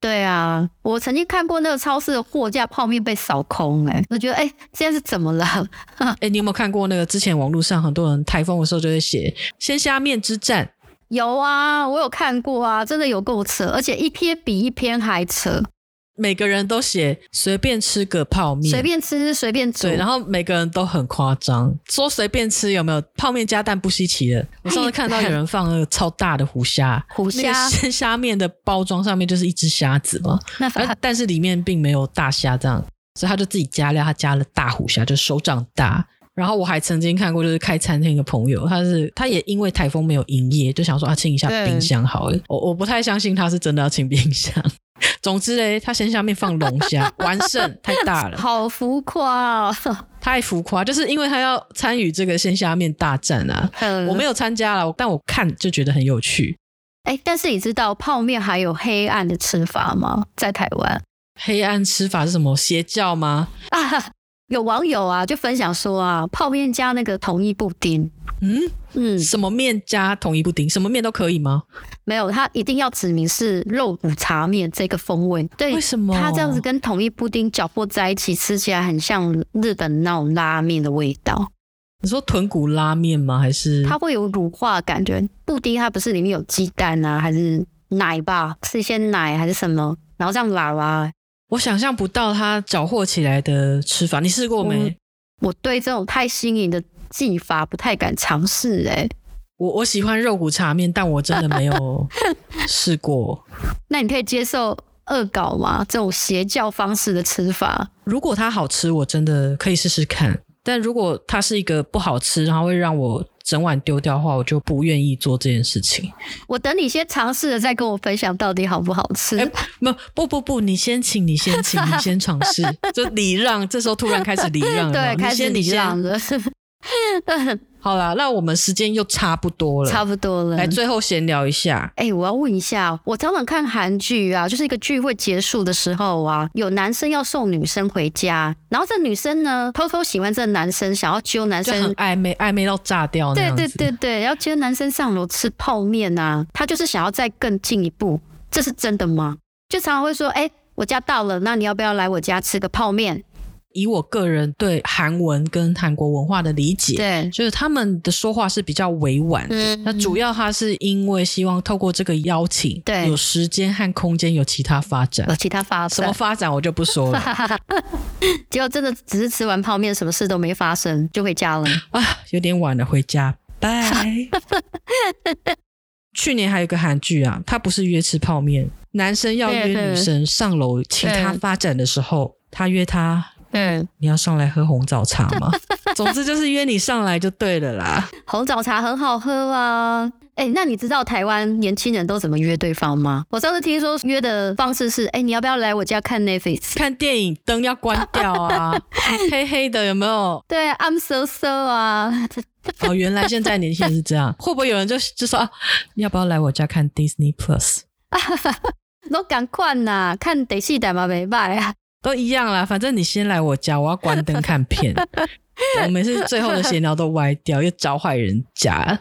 Speaker 2: 对啊，我曾经看过那个超市的货架泡面被扫空、哎，我觉得哎、现在是怎么了？
Speaker 1: 哎、你有没有看过那个之前网络上很多人台风的时候就会写“鲜虾面之战
Speaker 2: 有啊，我有看过啊，真的有够扯，而且一篇比一篇还扯，”，
Speaker 1: 每个人都写随便吃个泡面，
Speaker 2: 随便吃随便
Speaker 1: 嗯
Speaker 2: 煮
Speaker 1: 对，。然后每个人都很夸张，说随便吃有没有泡面加蛋不稀奇的。我上次看到有人放那个超大的虎虾，
Speaker 2: 虎
Speaker 1: 那
Speaker 2: 虾
Speaker 1: 个，鲜虾面的包装上面就是一只虾子嘛，
Speaker 2: 那
Speaker 1: 而
Speaker 2: 反
Speaker 1: 但是里面并没有大虾这样，所以他就自己加料，他加了大虎虾，就手掌大。然后我还曾经看过，就是开餐厅的朋友，他是他也因为台风没有营业，就想说啊清一下
Speaker 2: 对
Speaker 1: 冰箱好了。我我不太相信他是真的要清冰箱。 总之嘞，他鲜虾面放龙虾，完胜太大了。
Speaker 2: 好浮夸哦，
Speaker 1: 太浮夸，就是因为他要参与这个线下面大战啊。
Speaker 2: 很
Speaker 1: 我没有参加了，但我看就觉得很有趣。
Speaker 2: 哎、但是你知道泡面还有黑暗的吃法吗？在台湾
Speaker 1: 黑暗吃法是什么？邪教吗？
Speaker 2: 啊，有网友啊就分享说啊，泡面加那个同一布丁，
Speaker 1: 嗯，
Speaker 2: 嗯，
Speaker 1: 什么面加同一布丁，什么面都可以吗？
Speaker 2: 没有，他一定要指明是肉骨茶面这个风味，对
Speaker 1: 为。什么？
Speaker 2: 它这样子跟统一布丁搅和在一起，吃起来很像日本那种拉面的味道。
Speaker 1: 你说豚骨拉面吗？还是
Speaker 2: 它会有乳化的感觉。布丁它不是里面有鸡蛋啊，还是奶吧？是一些奶还是什么？然后这样拉啊拉。
Speaker 1: 我想象不到它搅和起来的吃法？你试过没
Speaker 2: 嗯？我对这种太新颖的技法不太敢尝试哎。
Speaker 1: 我我喜欢肉骨茶面，但我真的没有试 过。
Speaker 2: 那你可以接受恶搞吗？这种邪教方式的吃法？
Speaker 1: 如果它好吃，我真的可以试试看。但如果它是一个不好吃，然后会让我整碗丢掉的话，我就不愿意做这件事情。
Speaker 2: 我等你先尝试了再跟我分享到底好不好吃。
Speaker 1: 哎不不不不，你先请，你先请，你先尝试， 就礼让。这时候突然开始礼让了，
Speaker 2: 对，
Speaker 1: 你
Speaker 2: 开始
Speaker 1: 先你
Speaker 2: 礼让
Speaker 1: 先。
Speaker 2: 了，
Speaker 1: 好啦，那我们时间又差不多了，
Speaker 2: 差不多了
Speaker 1: 来。最后闲聊一下。
Speaker 2: 哎、我要问一下，我常常看韩剧啊，就是一个聚会结束的时候啊，有男生要送女生回家，然后这女生呢偷偷喜欢这男生，想要揪男
Speaker 1: 就很
Speaker 2: 生，
Speaker 1: 暧昧，暧昧到炸掉哦那
Speaker 2: 对
Speaker 1: 样子。
Speaker 2: 对对对，要揪男生上楼吃泡面啊，她就是想要再更进一步，这是真的吗？就常常会说，哎、我家到了，那你要不要来我家吃个泡面？
Speaker 1: 以我个人对韩文跟韩国文化的理解，
Speaker 2: 对，
Speaker 1: 就是他们的说话是比较委婉，
Speaker 2: 嗯
Speaker 1: 那主要他是因为希望透过这个邀请，
Speaker 2: 对
Speaker 1: 有时间和空间有其他发展
Speaker 2: 有。其他发
Speaker 1: 什么
Speaker 2: 生，
Speaker 1: 发展我就不说 了啊
Speaker 2: 结果真的只是吃完泡面，什么事都没发生，就回家了。
Speaker 1: 啊，有点晚了，回家 拜。去年还有一个韩剧啊，他不是约吃泡面，男生要约
Speaker 2: 对对
Speaker 1: 女生上楼请
Speaker 2: 对
Speaker 1: 她发展的时候，他约她，
Speaker 2: 嗯，
Speaker 1: 你要上来喝红枣茶吗？总之就是约你上来就对了啦。
Speaker 2: 红枣茶很好喝啊！哎、那你知道台湾年轻人都怎么约对方吗？我上次听说约的方式是，哎、你要不要来我家看 Netflix？
Speaker 1: 看电影灯要关掉啊， 黑黑的有没有？
Speaker 2: 对，I'm so so 啊，
Speaker 1: 哦，原来现在年轻人是这样，会不会有人就就说啊，要不要来我家看 Disney Plus？
Speaker 2: 都赶快呐，看得戏歹嘛没败啊！
Speaker 1: 都一样啦，反正你先来我家，我要关灯看片。我每次最后的闲聊都歪掉，又教坏人家。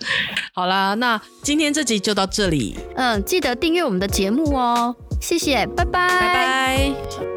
Speaker 1: 好啦，那今天这集就到这里，
Speaker 2: 嗯，记得订阅我们的节目哦，谢谢，拜拜，
Speaker 1: 拜
Speaker 2: 拜
Speaker 1: 拜。